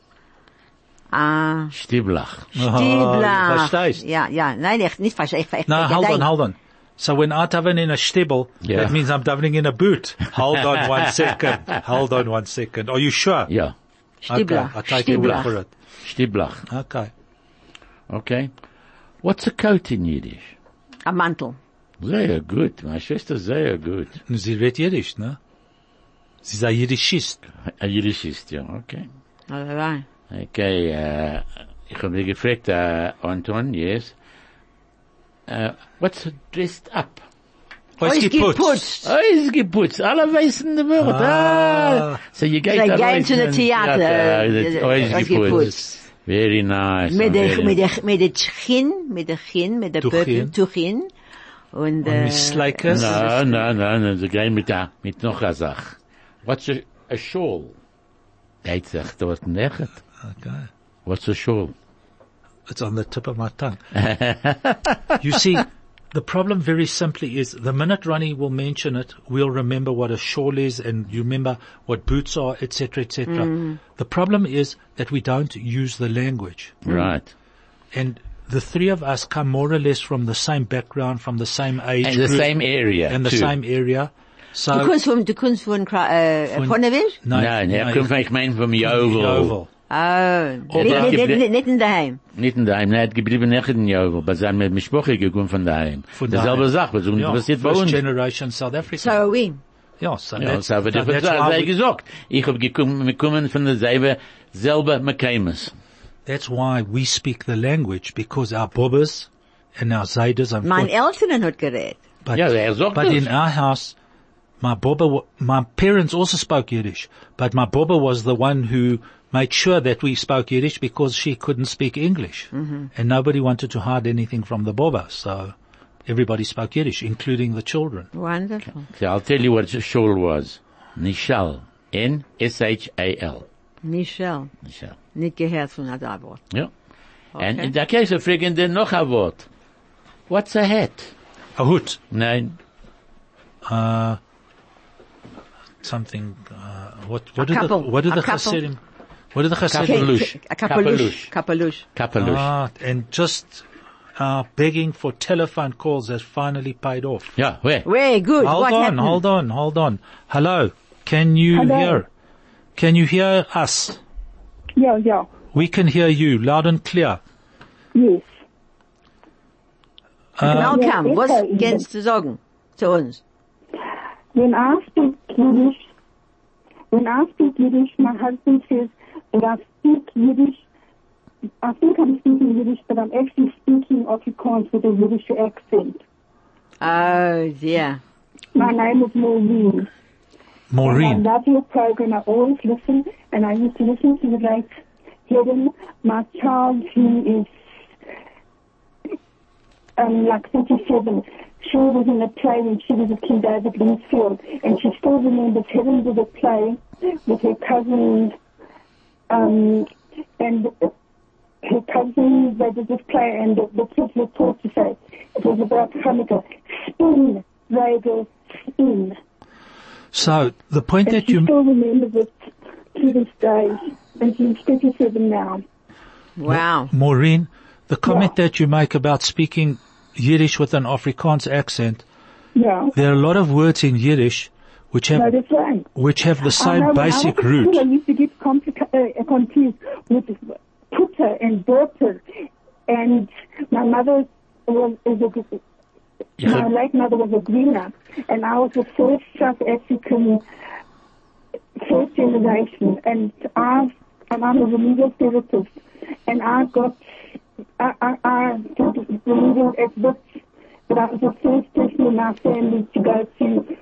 [SPEAKER 5] Ah,
[SPEAKER 2] Stiblach.
[SPEAKER 5] Stiebler.
[SPEAKER 1] verstehst.
[SPEAKER 5] Ja, ja, nein, echt nicht verstehe. Ich, ich,
[SPEAKER 1] now
[SPEAKER 5] ich-
[SPEAKER 1] hold on,
[SPEAKER 5] nein.
[SPEAKER 1] hold on. So when I daven in a stibble,
[SPEAKER 2] Yeah.
[SPEAKER 1] that means I'm davening in a boot. Hold on one second. Hold on one second. Are you sure?
[SPEAKER 2] Yeah,
[SPEAKER 5] Stiebler.
[SPEAKER 1] Okay, I take your word
[SPEAKER 5] Stiebler.
[SPEAKER 1] for it.
[SPEAKER 2] Stiblach.
[SPEAKER 1] Okay.
[SPEAKER 2] Okay. What's a coat in Yiddish?
[SPEAKER 5] A Mantel.
[SPEAKER 2] Sehr gut. My sister, sehr gut.
[SPEAKER 1] Sie redet Jiddisch, ne? Sie sei Jiddischist.
[SPEAKER 2] A Yiddish ist, ja. Okay.
[SPEAKER 5] Alright.
[SPEAKER 2] Okay, uh, ich habe gefragt, uh, Anton, yes. Uh, what's dressed up? Oh, Ah,
[SPEAKER 5] geputzt.
[SPEAKER 2] Alles geputzt, alle weißen der Welt. Ah.
[SPEAKER 1] Ah.
[SPEAKER 2] So you get
[SPEAKER 5] So you go into the theater, uh,
[SPEAKER 2] Alles geputzt.
[SPEAKER 5] alles geputzt.
[SPEAKER 2] Very nice.
[SPEAKER 5] Mit der,
[SPEAKER 2] very-
[SPEAKER 5] mit der, mit der Chin, mit der Chin, mit der
[SPEAKER 1] Tuchin.
[SPEAKER 5] Purple Tuchin. Und,
[SPEAKER 1] Und
[SPEAKER 5] äh,
[SPEAKER 1] mit Sleikers.
[SPEAKER 2] No, no, no, no, sie gehen mit der, mit noch einer Sache. What's a, a shawl? er, Geht sich dort nicht.
[SPEAKER 1] Okay.
[SPEAKER 2] What's a shawl?
[SPEAKER 1] It's on the tip of my tongue. you see, the problem very simply is the minute Ronnie will mention it, we'll remember what a shawl is and you remember what boots are, etc., etc. The problem is that we don't use the language.
[SPEAKER 5] Hm.
[SPEAKER 2] Right.
[SPEAKER 1] And the three of us come more or less from the same background, from the same age
[SPEAKER 2] And the
[SPEAKER 1] group,
[SPEAKER 2] same area.
[SPEAKER 1] and the
[SPEAKER 2] too.
[SPEAKER 1] same area. So,
[SPEAKER 5] Du kommst von, du kommst von, Kra- äh,
[SPEAKER 1] Von-
[SPEAKER 5] Ponnewisch?
[SPEAKER 1] no,
[SPEAKER 2] Nein, er kommt, ich meine, vom Jovel.
[SPEAKER 1] Yeovil.
[SPEAKER 5] Oh.
[SPEAKER 2] Oder-
[SPEAKER 5] Nicht, nicht, nicht, nicht in daheim.
[SPEAKER 2] Nicht in daheim, nein, er hat geblieben nicht in Jovel, aber sie haben mit Mischproche gekommen von daheim.
[SPEAKER 1] Von
[SPEAKER 2] Dasselbe
[SPEAKER 1] daheim.
[SPEAKER 2] Sache, was uns
[SPEAKER 1] Ja,
[SPEAKER 2] interessiert bei
[SPEAKER 1] first
[SPEAKER 2] uns.
[SPEAKER 1] generation South Africa.
[SPEAKER 5] So are we.
[SPEAKER 1] ja, so
[SPEAKER 2] Ja,
[SPEAKER 1] that's,
[SPEAKER 2] das habe ich
[SPEAKER 1] so that's why
[SPEAKER 2] dir
[SPEAKER 1] we-
[SPEAKER 2] gesagt. Ich habe gekommen, gekommen von der selbe, selbe Mekaimus.
[SPEAKER 1] That's why we speak the language because our bobbers and our zayders and
[SPEAKER 5] Mein Eltern hat gerät.
[SPEAKER 1] but,
[SPEAKER 2] Ja, er sagt
[SPEAKER 1] but
[SPEAKER 2] es.
[SPEAKER 1] in our house, my bobber, wa- my parents also spoke Yiddish, but my bobber was the one who made sure that we spoke Yiddish because she couldn't speak English,
[SPEAKER 5] Mm-hmm.
[SPEAKER 1] and nobody wanted to hide anything from the bobber, so everybody spoke Yiddish, including the children.
[SPEAKER 5] Wonderful.
[SPEAKER 2] So I'll tell you what Shul was. Nishal. N-S-H-A-L.
[SPEAKER 5] Michelle.
[SPEAKER 2] Nishal.
[SPEAKER 5] Nicht gehört von Adabot.
[SPEAKER 2] Ja. And
[SPEAKER 5] Okay.
[SPEAKER 2] in der Käse fragen die noch ein Wort. What's a hat?
[SPEAKER 1] A hoot,
[SPEAKER 2] Nein.
[SPEAKER 1] something. Uh, what what
[SPEAKER 5] A
[SPEAKER 1] did the
[SPEAKER 5] couple,
[SPEAKER 1] what did
[SPEAKER 5] a
[SPEAKER 1] the
[SPEAKER 5] couple.
[SPEAKER 1] Hasidim? What did the Hasidim?
[SPEAKER 2] Couple. Kapalush.
[SPEAKER 5] Ke- ke- Kapalush.
[SPEAKER 2] Kapalush.
[SPEAKER 5] Kapalush.
[SPEAKER 2] Kapalush.
[SPEAKER 1] Ah, and just uh, begging for telephone calls has finally paid off.
[SPEAKER 2] Ja, where?
[SPEAKER 5] Way good.
[SPEAKER 1] Hold
[SPEAKER 5] What
[SPEAKER 1] on,
[SPEAKER 5] happened?
[SPEAKER 1] hold on, hold on. Hello, can you
[SPEAKER 6] Hello.
[SPEAKER 1] hear? Can you hear us?
[SPEAKER 6] Yeah, yeah,
[SPEAKER 1] We can hear you loud and clear.
[SPEAKER 6] yes.
[SPEAKER 5] Welcome.
[SPEAKER 6] Yes,
[SPEAKER 5] Was
[SPEAKER 6] yes, yes.
[SPEAKER 5] kannst du sagen zu uns?
[SPEAKER 6] When I speak Yiddish, when I speak Yiddish, my husband says that I speak Yiddish. I think I'm speaking Yiddish, but I'm actually speaking Afrikaans with a Yiddish accent.
[SPEAKER 5] Oh dear.
[SPEAKER 6] My name is Maureen.
[SPEAKER 1] Maureen,
[SPEAKER 6] I love your program. I always listen, and I used to listen to the late Helen, my child who is um, like 37. She was in a play when she was a kid over Bloomfield, and she still remembers Helen did a play with her cousin, um, and her cousin, they did this play, and the, the kids were taught to say, it was about Hanukkah, spin, Rachel, spin.
[SPEAKER 1] so the point
[SPEAKER 6] And
[SPEAKER 1] that
[SPEAKER 6] she
[SPEAKER 1] you,
[SPEAKER 6] still remembers it to this day, and she's 37 now.
[SPEAKER 5] Wow.
[SPEAKER 1] Maureen, the comment that you make about speaking Yiddish with an Afrikaans accent,
[SPEAKER 6] Yeah.
[SPEAKER 1] there are a lot of words in Yiddish which
[SPEAKER 6] No,
[SPEAKER 1] have,
[SPEAKER 6] that's right.
[SPEAKER 1] which have the
[SPEAKER 6] I know,
[SPEAKER 1] same
[SPEAKER 6] when I was
[SPEAKER 1] basic
[SPEAKER 6] at school, I
[SPEAKER 1] root.
[SPEAKER 6] used to get complica- uh, confused with putter and daughter. And my mother was, is a, my
[SPEAKER 2] Yeah.
[SPEAKER 6] late mother was a greener. And I was the first South African, first generation. And I, and I'm a remedial therapist. And I got, I, I, I did remedial at Wits. But I was the first person in my family to go to,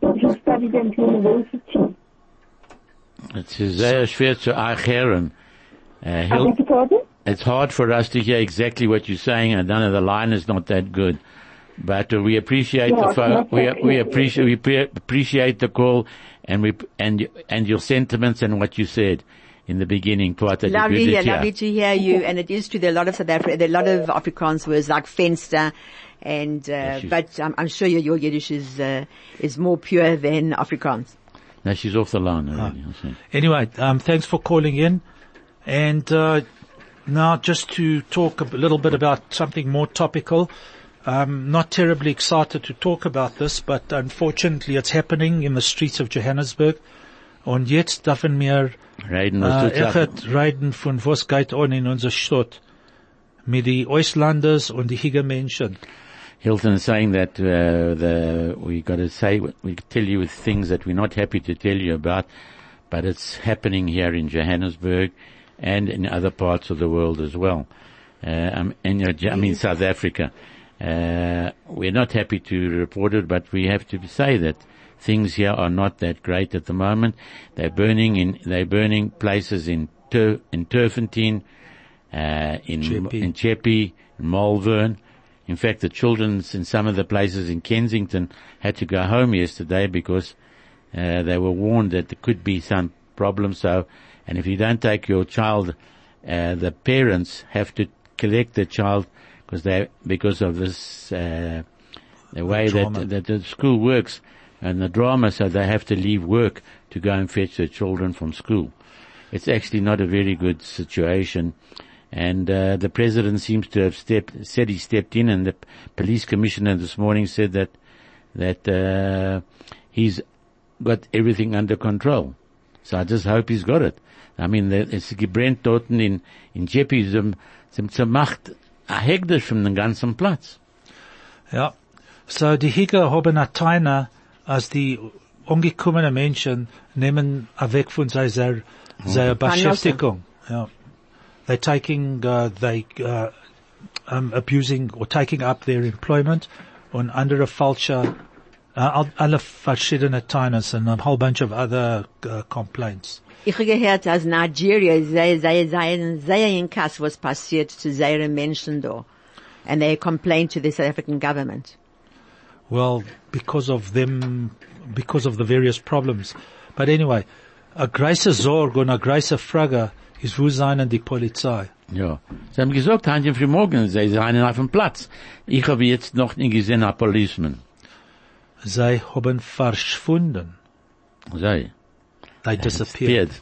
[SPEAKER 6] to study at university.
[SPEAKER 2] It's sehr schwer zu erklären. Uh,
[SPEAKER 6] I
[SPEAKER 2] Hild,
[SPEAKER 6] beg your pardon?
[SPEAKER 2] it's hard for us to hear exactly what you're saying, and none of the line is not that good. But uh, we appreciate
[SPEAKER 6] No,
[SPEAKER 2] the
[SPEAKER 6] it's
[SPEAKER 2] phone.
[SPEAKER 6] not
[SPEAKER 2] We,
[SPEAKER 6] that
[SPEAKER 2] we
[SPEAKER 6] clear.
[SPEAKER 2] appreciate we pre- appreciate the call, and we and and your sentiments and what you said in the beginning. Quite that you
[SPEAKER 5] Lovely,
[SPEAKER 2] did
[SPEAKER 5] yeah,
[SPEAKER 2] it here.
[SPEAKER 5] lovely to hear you. And it is true, there are a lot of South Africa, there are a lot of Afrikaans words like fenster, and uh,
[SPEAKER 2] she's-
[SPEAKER 5] but I'm, I'm sure your, your Yiddish is uh, is more pure than Afrikaans.
[SPEAKER 2] Now she's off the line already. I see.
[SPEAKER 1] Anyway, um, thanks for calling in. And uh, now, just to talk a b- little bit about something more topical. I'm not terribly excited to talk about this, but unfortunately, it's happening in the streets of Johannesburg. Und jetzt dürfen wir
[SPEAKER 2] Raiden was
[SPEAKER 1] äh,
[SPEAKER 2] tut Sachen.
[SPEAKER 1] echt reden von was geht on in unserer Stadt mit die Auslanders und die hiege Menschen.
[SPEAKER 2] Hilton is saying that uh, the we got to say what we tell you with things that we're not happy to tell you about, but it's happening here in Johannesburg and in other parts of the world as well. Uh, um, and, you know, Ja- I mean South Africa. Uh, we're not happy to report it, but we have to say that things here are not that great at the moment. They're burning in they're burning places in Tur- in Turfentine, uh, in
[SPEAKER 1] Chepi.
[SPEAKER 2] in Chepi, in Malvern. In fact, the children in some of the places in Kensington had to go home yesterday because uh, they were warned that there could be some problem. So, and if you don't take your child, uh, the parents have to collect the child because they because of this uh, the way
[SPEAKER 1] drama.
[SPEAKER 2] that, that the school works and the drama. So they have to leave work to go and fetch their children from school. It's actually not a very good situation. And uh, the president seems to have stepped, said he stepped in, and the p- police commissioner this morning said that that uh, he's got everything under control. So I just hope he's got it. I mean, the- es gebrennt dort in, in um, Jeppy, sind, sind zermacht, a hektisch von dem ganzen Platz.
[SPEAKER 1] Ja. So, die Higa haben eine Teine, als die umgekommenen Menschen nehmen weg von seiner, seiner Beschäftigung. Ja. They're taking, uh, they, uh, um, abusing or taking up their employment on under a falscher, uh, alle verschiedene Teines and a whole bunch of other uh, complaints.
[SPEAKER 5] Ich habe gehört, dass Nigeria sei, sei, sei, sei in Kass, was passiert zu seinen Menschen da. And they complained to the South African government.
[SPEAKER 1] Well, because of them, because of the various problems. But anyway, a große Sorge und a große Frage ist, wo seien die Polizei?
[SPEAKER 2] Ja. Sie haben gesagt, Heinchen für morgen, sie seien auf dem Platz. Ich habe jetzt noch nie gesehen, a Policeman.
[SPEAKER 1] Sie haben verschwunden.
[SPEAKER 2] Sei.
[SPEAKER 1] They disappeared.
[SPEAKER 2] Pied.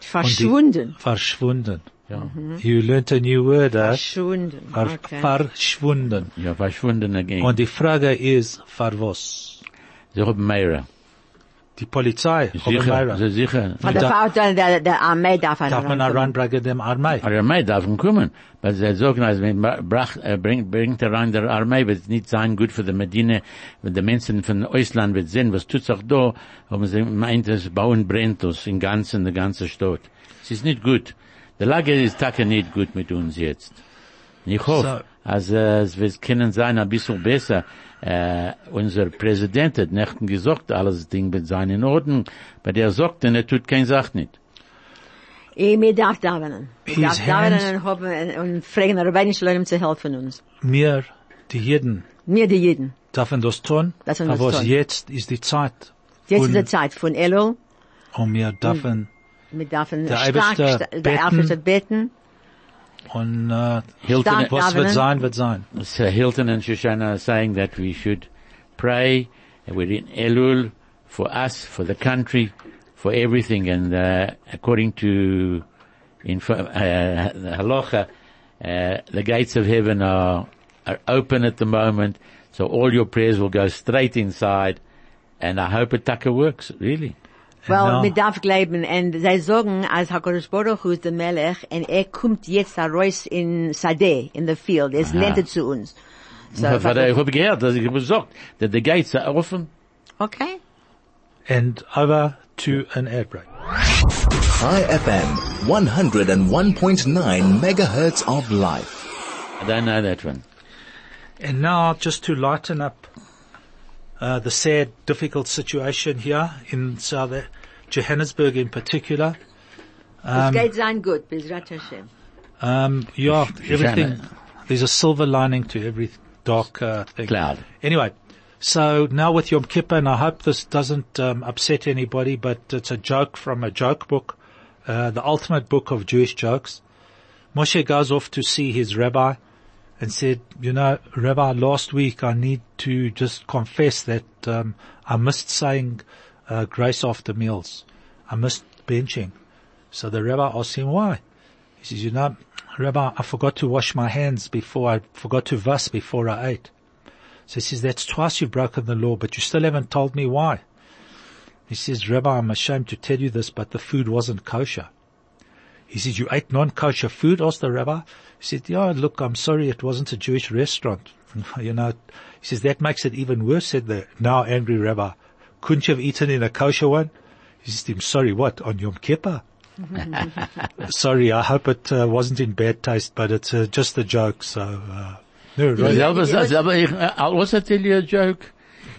[SPEAKER 5] Verschwunden.
[SPEAKER 1] Verschwunden. Mhm.
[SPEAKER 2] Ja.
[SPEAKER 1] You learnt a new word, eh?
[SPEAKER 5] Verschwunden.
[SPEAKER 1] Ver
[SPEAKER 5] Okay.
[SPEAKER 1] Verschwunden.
[SPEAKER 2] Ja, verschwunden again.
[SPEAKER 1] Und die Frage ist, für was?
[SPEAKER 2] Sie haben mehrere.
[SPEAKER 1] Die Polizei,
[SPEAKER 2] Sicher, sie
[SPEAKER 1] Obermeier,
[SPEAKER 2] sicher.
[SPEAKER 5] Von der Frau, der, der, der Armee darf einen
[SPEAKER 1] darf man
[SPEAKER 5] rankommen.
[SPEAKER 1] heranbringen dem Armee?
[SPEAKER 2] Aber die Armee darf ihn kommen. Weil sie sagen, als man bracht, äh, bringt, bringt herein der Armee, wird es nicht sein gut für die Medina, wenn die Menschen von Ausland wird sehen, was tut sich da, haben sie meint, es bauen brennt uns im Ganzen, der ganze Stadt. Es ist nicht gut. Die Lage ist takke nicht gut mit uns jetzt. Ich hoffe, als äh, es wird können sein ein bisschen besser. Äh, unser Präsident hat nicht gesagt, alles Ding wird sein in Ordnung, aber der sagt, denn er tut keine Sache nicht.
[SPEAKER 5] Eh, mir darf davenen. Mir
[SPEAKER 1] His
[SPEAKER 5] darf davenen
[SPEAKER 1] hands-
[SPEAKER 5] und hoffen und fragen, der Rabbeinu Shalom um zu helfen uns.
[SPEAKER 1] Mir, die Jeden,
[SPEAKER 5] Mir die Jeden.
[SPEAKER 1] dürfen das tun.
[SPEAKER 5] Darf man das
[SPEAKER 1] Aber
[SPEAKER 5] tun.
[SPEAKER 1] jetzt ist die Zeit.
[SPEAKER 5] Jetzt
[SPEAKER 1] Und-
[SPEAKER 5] ist die Zeit von Elo.
[SPEAKER 1] Und wir dürfen
[SPEAKER 5] Wir dürfen
[SPEAKER 1] Der
[SPEAKER 5] stark,
[SPEAKER 1] Eibeste
[SPEAKER 5] sta-
[SPEAKER 1] beten.
[SPEAKER 5] der Eibeste beten.
[SPEAKER 1] Und äh,
[SPEAKER 2] Hilton,
[SPEAKER 5] Stark
[SPEAKER 1] was wird
[SPEAKER 5] Governor.
[SPEAKER 1] sein, wird sein.
[SPEAKER 2] So Hilton and Shoshana are saying that we should pray. and We're in Elul for us, for the country, for everything. And uh, according to info, uh, the halacha, uh, the gates of heaven are are open at the moment. So all your prayers will go straight inside. And I hope it taka works, really.
[SPEAKER 5] Well,
[SPEAKER 1] Genau.
[SPEAKER 5] mir darf glauben, und sie sagen, als HaKadosh Baruch Hu ist der Melech, und er kommt jetzt heraus in Sadeh, in the field, er nennt er zu uns. So,
[SPEAKER 2] But I hope you heard that it was gesagt, that the gates are open.
[SPEAKER 5] okay.
[SPEAKER 1] And over to an air break.
[SPEAKER 3] High FM, 101.9 megahertz of life.
[SPEAKER 2] I don't know that one.
[SPEAKER 1] And now, just to lighten up uh, the sad, difficult situation here in South, Johannesburg in particular. Ähm,
[SPEAKER 5] Es geht sein gut, Bezrat Hashem.
[SPEAKER 1] Um, yeah, everything.
[SPEAKER 2] Janet.
[SPEAKER 1] There's a silver lining to every dark uh, thing.
[SPEAKER 2] Cloud.
[SPEAKER 1] Anyway, so now with Yom Kippur, and I hope this doesn't um, upset anybody, but it's a joke from a joke book, uh, the ultimate book of Jewish jokes. Moshe goes off to see his rabbi and said, you know, Rabbi, last week I need to just confess that um, I missed saying uh, grace after meals. I missed benching. So the rabbi asked him why. He says, you know, Rabbi, I forgot to wash my hands before I forgot to vas before I ate. So he says, that's twice you've broken the law, but you still haven't told me why. He says, Rabbi, I'm ashamed to tell you this, but the food wasn't kosher. He says, you ate non-kosher food? Asked the rabbi. He said, yeah, look, I'm sorry, it wasn't a Jewish restaurant. you know, he says, that makes it even worse, said the now angry rabbi. Couldn't you have eaten in a kosher one? He says, to him, sorry, what, on Yom Kippur? sorry, I hope it uh, wasn't in bad taste, but it's uh, just a joke, so, uh, no, right.
[SPEAKER 2] Selber, selber, ich, I'll also tell you a joke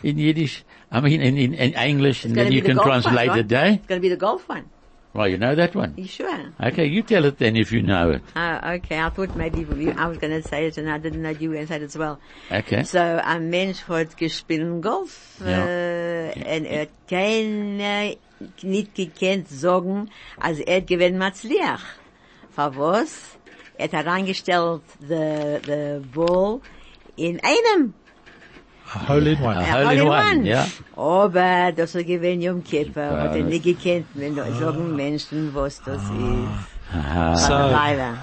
[SPEAKER 2] in Yiddish. I mean, in, in, in English, and
[SPEAKER 5] It's gonna
[SPEAKER 2] then
[SPEAKER 5] be
[SPEAKER 2] you
[SPEAKER 5] the
[SPEAKER 2] can
[SPEAKER 5] golf
[SPEAKER 2] translate
[SPEAKER 5] one,
[SPEAKER 2] it, eh?
[SPEAKER 5] It's going to be the golf one.
[SPEAKER 2] Well, you know that one.
[SPEAKER 5] You sure?
[SPEAKER 2] Okay, you tell it then if you know it.
[SPEAKER 5] Oh, okay. I thought maybe you, I was going to say it and I didn't know you were going to say it as well.
[SPEAKER 2] Okay.
[SPEAKER 5] So, ein Mensch hat gespielt Golf,
[SPEAKER 2] Ja.
[SPEAKER 5] äh, und er hat keine, nicht gekannt sagen, als er gewinnt Matzliach. Für was? Er hat herangestellt, the, the ball in einem. Er
[SPEAKER 1] a hole in one.
[SPEAKER 2] A
[SPEAKER 5] Ja,
[SPEAKER 2] hole in one, ja.
[SPEAKER 5] Aber er das war gewesen Yom Kippur, hat er
[SPEAKER 2] das-
[SPEAKER 5] nicht gekannt, wenn sagen Menschen, was das ist.
[SPEAKER 2] Ah,
[SPEAKER 5] Von der
[SPEAKER 1] So-
[SPEAKER 5] Weile.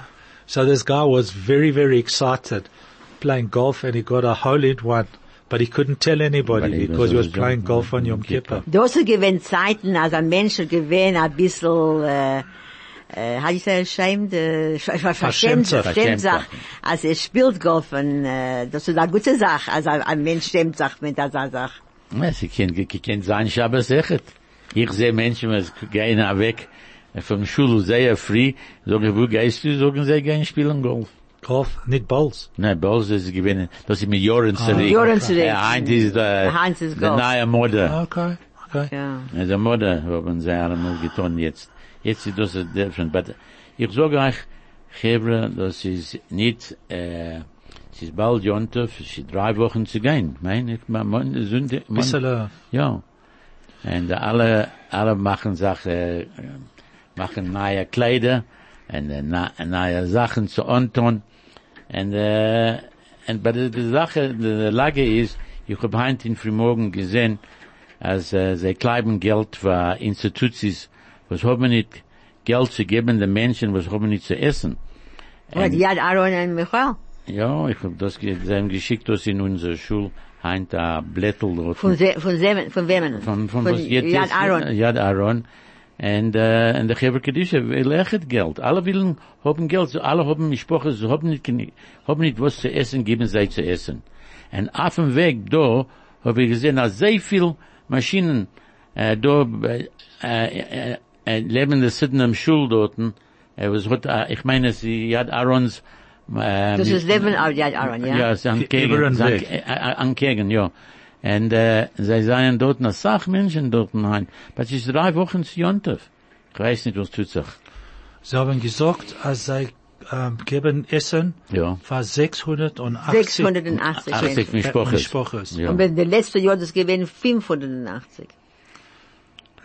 [SPEAKER 1] So this guy was very, very excited playing golf and he got a hole in one, but he couldn't tell anybody
[SPEAKER 2] But he was
[SPEAKER 1] because he was
[SPEAKER 2] always
[SPEAKER 1] playing
[SPEAKER 2] on-
[SPEAKER 1] golf on
[SPEAKER 2] on
[SPEAKER 1] Yom
[SPEAKER 2] Kippur.
[SPEAKER 1] Kippur.
[SPEAKER 5] Das war gewesen er Zeiten, als ein Mensch gewesen ein bisschen, äh, äh, how do you say, ashamed, äh, ver- ver-
[SPEAKER 1] Verschämt,
[SPEAKER 5] verschämt,
[SPEAKER 2] verschämt
[SPEAKER 5] verschämt sich.
[SPEAKER 2] sich.
[SPEAKER 5] Als er spielt Golf, und, äh, das ist eine gute Sache, als ein, ein Mensch schämt sich mit dieser Sache.
[SPEAKER 2] Sie kennen, Sie kennen sein Schabbat Sechet. Ich sehe Menschen, die gehen weg vom Schul sehr früh. Sagen, wo gehst du? Sagen, sie gehen spielen Golf.
[SPEAKER 1] Golf, nicht balls.
[SPEAKER 2] Nein, bei uns ist es gewinnen, dass ich mit Joren zurück.
[SPEAKER 5] Ah. Joren zurück.
[SPEAKER 2] Ja, Heinz ist der,
[SPEAKER 5] Heinz ist
[SPEAKER 2] der
[SPEAKER 5] Golf.
[SPEAKER 2] neue Mutter.
[SPEAKER 1] Okay, okay.
[SPEAKER 5] Ja.
[SPEAKER 2] Ja. Der Mutter haben sie einmal getan jetzt. Jetzt ist das different. But ich sage euch, Hebra, das ist nicht, äh, es ist bald Jontef, es ist drei Wochen zu gehen. Mein, ich meine, Mon- Sünde, Mon-
[SPEAKER 1] Bissele-
[SPEAKER 2] ja. Und alle, alle machen Sachen, äh, machen neue Kleider und äh, na- neue Sachen zu antun. Und, äh, und bei der der Sache, die die Lage ist, ich habe heute in Frühmorgen gesehen, als äh, sie kleiben Geld für Institutions, was haben nicht Geld zu geben den Menschen, was haben nicht zu essen.
[SPEAKER 5] Und
[SPEAKER 2] Ähm.
[SPEAKER 5] Yad Aaron und Michael.
[SPEAKER 2] Ja, ich habe das ge- sie haben geschickt, dass in unserer Schule heint ein Blättel dort.
[SPEAKER 5] Von, se, von, se, von wem?
[SPEAKER 2] Von, von, was jetzt
[SPEAKER 5] Yad
[SPEAKER 2] ist-
[SPEAKER 5] Aaron.
[SPEAKER 2] Yad Aaron. Und, äh, und der Heber Kedische will echt Geld. Alle willen, haben Geld. So Alle haben gesprochen, sie haben nicht, geni- haben nicht was zu essen, geben sie zu essen. Und auf dem Weg da, habe ich gesehen, dass sehr viel Maschinen, äh, da, äh, äh, äh, lebende Sitten am Schul dort, äh, was hat, äh, ich meine, sie Yad Aarons, äh,
[SPEAKER 5] Das
[SPEAKER 2] mit-
[SPEAKER 5] ist Leben auf Yad Aaron, ja?
[SPEAKER 2] ja, sie haben Kegen,
[SPEAKER 1] Überall
[SPEAKER 2] sie haben
[SPEAKER 1] weg.
[SPEAKER 2] Ke- äh, äh, an Kegen, ja. Und äh, sie seien dort eine Sachmenschen dort rein. Aber es ist drei Wochen zu Jontef. Ich weiß nicht, was tut sich.
[SPEAKER 1] Sie haben gesagt, als sie ähm, geben Essen
[SPEAKER 2] Ja.
[SPEAKER 1] für 680
[SPEAKER 5] 680.
[SPEAKER 2] 80
[SPEAKER 5] Menschen.
[SPEAKER 2] Mischpoches.
[SPEAKER 1] Mischpoches.
[SPEAKER 2] Ja.
[SPEAKER 5] Und wenn der letzte Jahr das gewesen 580.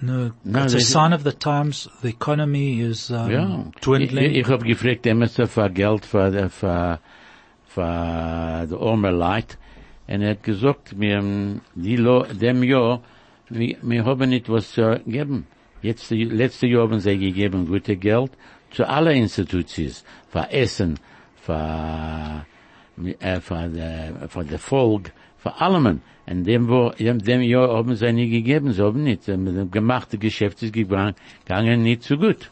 [SPEAKER 1] No,
[SPEAKER 2] No,
[SPEAKER 1] it's a
[SPEAKER 2] they-
[SPEAKER 1] sign of the times. The economy is um,
[SPEAKER 2] Ja.
[SPEAKER 1] dwindling.
[SPEAKER 2] Ich, ich habe gefragt, immer so für Geld für, die- für, für die arme Leute. Und er hat gesagt, wir, ähm, die, Lo- dem Jahr, wir, wir haben nicht was zu geben. Jetzt, die- letzte Jahr haben sie gegeben gute Geld zu allen Institutions, für Essen, für, äh, für, die, für die Volk, für allem. Und dem, wo, dem, dem Jahr haben sie nicht gegeben, sie haben nicht. Ähm, Mit dem gemachten Geschäft ist gegangen, gegangen nicht so gut.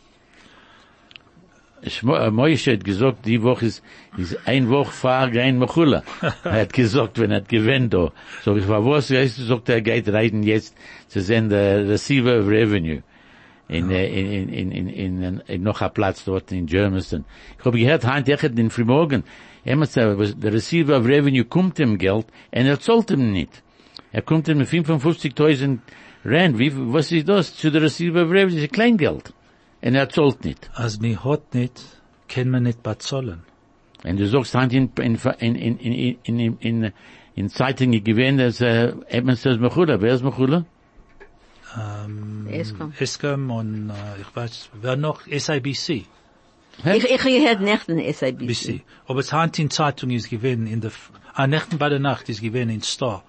[SPEAKER 2] Schmo- äh, Moishe hat gesagt, die Woche ist, ist ein Woche fahr kein Mechula. er hat gesagt, wenn er hat gewinnt da. So, ich war was, er sagt, er geht reiten jetzt zu sein der Receiver of Revenue. In, äh, in, in, in, in, in, in noch ein Platz dort in Germiston. Ich habe gehört, Heinz Echert in Frühmorgen, er muss, äh, was- der Receiver of Revenue kommt ihm Geld, und er zahlt ihm nicht. Er kommt ihm mit 55.000 Rand, wie, was ist das? Zu der Receiver Brev, das ist Kleingeld. Und er zahlt nicht.
[SPEAKER 1] Als mi hot nit, ken man nit bezahlen.
[SPEAKER 2] Und du sagst, hand in, in, in, in, in, in, in, in, in Zeitungen gewähnt, dass, äh, eben ist das Mechula. Wer ist Mechula?
[SPEAKER 5] Es kommt.
[SPEAKER 1] Eskom und, äh, ich weiß, wer noch? SABC.
[SPEAKER 5] Ich, ich gehört nicht in SABC.
[SPEAKER 1] BC. Aber es hat in Zeitung ist gewesen in der, F- Ah, an Nächten bei der Nacht ist gewesen in Star,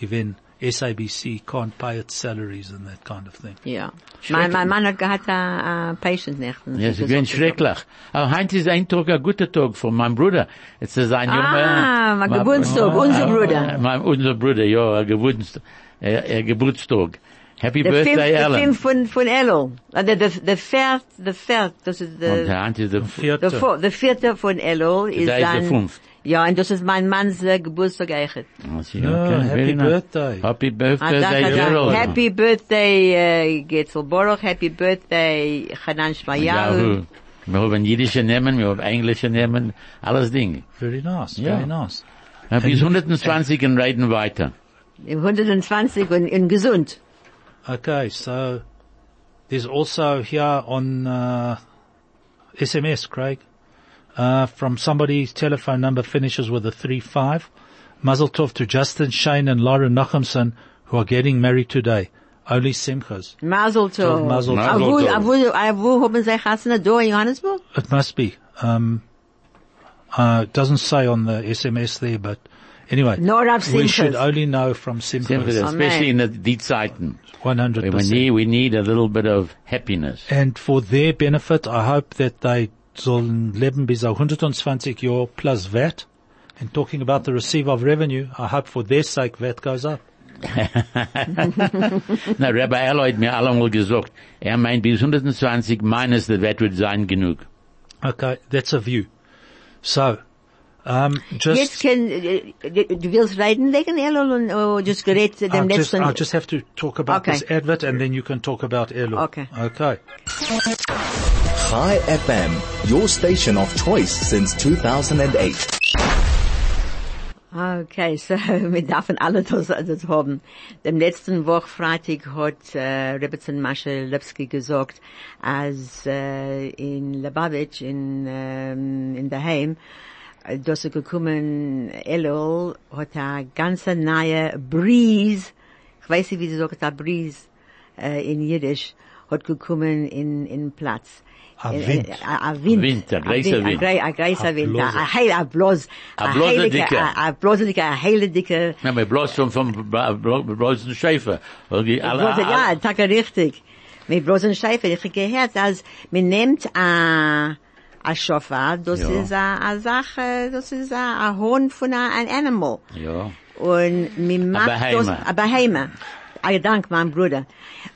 [SPEAKER 1] gewesen SABC can't pay its salaries and that kind of thing.
[SPEAKER 5] Ja. Mein, mein Mann hat gehabt a, a patient nächten.
[SPEAKER 2] Ja, sie gewinnt schrecklich. Aber heute ist ein Tag, ein guter Tag von meinem Bruder. Es ist ein junger...
[SPEAKER 5] Ah, mein Geburtstag, unser Bruder.
[SPEAKER 2] Ah, Mein, unser Bruder, ja, ein Geburtstag. Er, er Geburtstag. Happy
[SPEAKER 5] Der Film,
[SPEAKER 2] Birthday,
[SPEAKER 5] der Film
[SPEAKER 2] Alan.
[SPEAKER 5] von, von Ello. Ah, Der, der, der Pferd, der Pferd, das ist
[SPEAKER 2] Und
[SPEAKER 5] der,
[SPEAKER 2] der Hand ist der...
[SPEAKER 5] der,
[SPEAKER 1] Vierte.
[SPEAKER 5] Vo- der vierte von Ello ist
[SPEAKER 2] Da ist der
[SPEAKER 5] dann,
[SPEAKER 2] fünfte.
[SPEAKER 5] ja, und das ist mein Manns äh, Geburtstag eigentlich.
[SPEAKER 2] Oh, see,
[SPEAKER 1] No,
[SPEAKER 2] okay,
[SPEAKER 1] happy
[SPEAKER 2] very nice.
[SPEAKER 1] birthday.
[SPEAKER 2] Happy
[SPEAKER 5] Ah, da-
[SPEAKER 2] Birthday,
[SPEAKER 5] da- da-
[SPEAKER 2] Gerald.
[SPEAKER 5] Happy Birthday, äh, Getzel Borach. Happy Birthday, Hanan Shmayahu.
[SPEAKER 2] Yahoo. Wir haben jüdische Namen, wir haben englische Namen, alles Ding.
[SPEAKER 1] Very nice,
[SPEAKER 2] Ja.
[SPEAKER 1] very nice.
[SPEAKER 2] Ja, Bis 120 und reiten weiter.
[SPEAKER 5] Im 120 und, und gesund.
[SPEAKER 1] Okay, so there's also here on uh, SMS, Craig, uh, from somebody's telephone number finishes with a three five. Mazel tov to Justin, Shane, and Laura Nachumson who are getting married today. Only simchas.
[SPEAKER 5] Mazel Tov.
[SPEAKER 1] Mazel Tov.
[SPEAKER 5] Ah, wo-
[SPEAKER 2] Mazel Tov.
[SPEAKER 5] ah, wo- ah, Wo haben sie Hassan da in Johannesburg?
[SPEAKER 1] It must be. Um, uh, it doesn't say on the SMS there, but anyway,
[SPEAKER 5] Nor of
[SPEAKER 1] we should
[SPEAKER 5] Simchas.
[SPEAKER 1] only know from
[SPEAKER 2] Oh,
[SPEAKER 1] simchas.
[SPEAKER 2] Especially in the, die Zeiten.
[SPEAKER 1] One hundred
[SPEAKER 2] We
[SPEAKER 1] percent.
[SPEAKER 2] need, we need a little bit of happiness.
[SPEAKER 1] And for their benefit, I hope that they sollen leben bis 120 Jahr plus VAT. And talking about the receiver of revenue, I hope for their sake VAT goes up.
[SPEAKER 2] Na, Rabbi Elo hat mir allemal gesagt, er meint bis 120 meines der Wert wird sein genug.
[SPEAKER 1] Okay, that's a view. So, um,
[SPEAKER 5] Jetzt
[SPEAKER 1] just,
[SPEAKER 5] können, äh, äh, du willst reden wegen Ello und, oh, just gerät dem
[SPEAKER 1] I'll Ah, just,
[SPEAKER 5] letzten.
[SPEAKER 1] I'll just have to talk about
[SPEAKER 5] Okay.
[SPEAKER 1] this advert and then you can talk about Elo.
[SPEAKER 5] Okay.
[SPEAKER 1] Okay.
[SPEAKER 3] Hi FM, your station of choice since 2008.
[SPEAKER 5] Okay, so wir dürfen alle das, also das haben. Dem letzten Woch Freitag hat äh, Rebetson Masche Lepski gesagt, als äh, in Lubavitch, in, ähm, in daheim, äh, dass er gekommen, Elol, hat eine ganze neue Breeze, ich weiß nicht, wie sie sagt, eine Breeze äh, in Jiddisch, hat gekommen in, in Platz.
[SPEAKER 1] Ein
[SPEAKER 5] Äh,
[SPEAKER 1] Wind.
[SPEAKER 5] äh, Ein Wind.
[SPEAKER 2] Wind, ein greiser
[SPEAKER 5] Ein
[SPEAKER 2] Wind.
[SPEAKER 5] grei- Ein greiser Wind.
[SPEAKER 1] Blose.
[SPEAKER 5] Ein heil, ein bloß.
[SPEAKER 2] Ein bloßer
[SPEAKER 5] heilige-
[SPEAKER 2] Dicker.
[SPEAKER 5] ein- ein bloßer Dicker, ein heile Dicker.
[SPEAKER 2] Na, wir bloß von, von, bloßen Schäfer. Weil die alle-
[SPEAKER 5] Bloßer- ja,
[SPEAKER 2] alle-
[SPEAKER 5] Tag richtig. Mit bloßen Scheife. Ich habe gehört, als man nimmt ein, ein Schofar, das
[SPEAKER 2] Ja.
[SPEAKER 5] ist eine, eine Sache, das ist ein, ein Horn von einem ein Animal.
[SPEAKER 2] Ja.
[SPEAKER 5] Und man macht
[SPEAKER 2] Beheime.
[SPEAKER 5] das, aber Heime. Ein Dank, mein Bruder.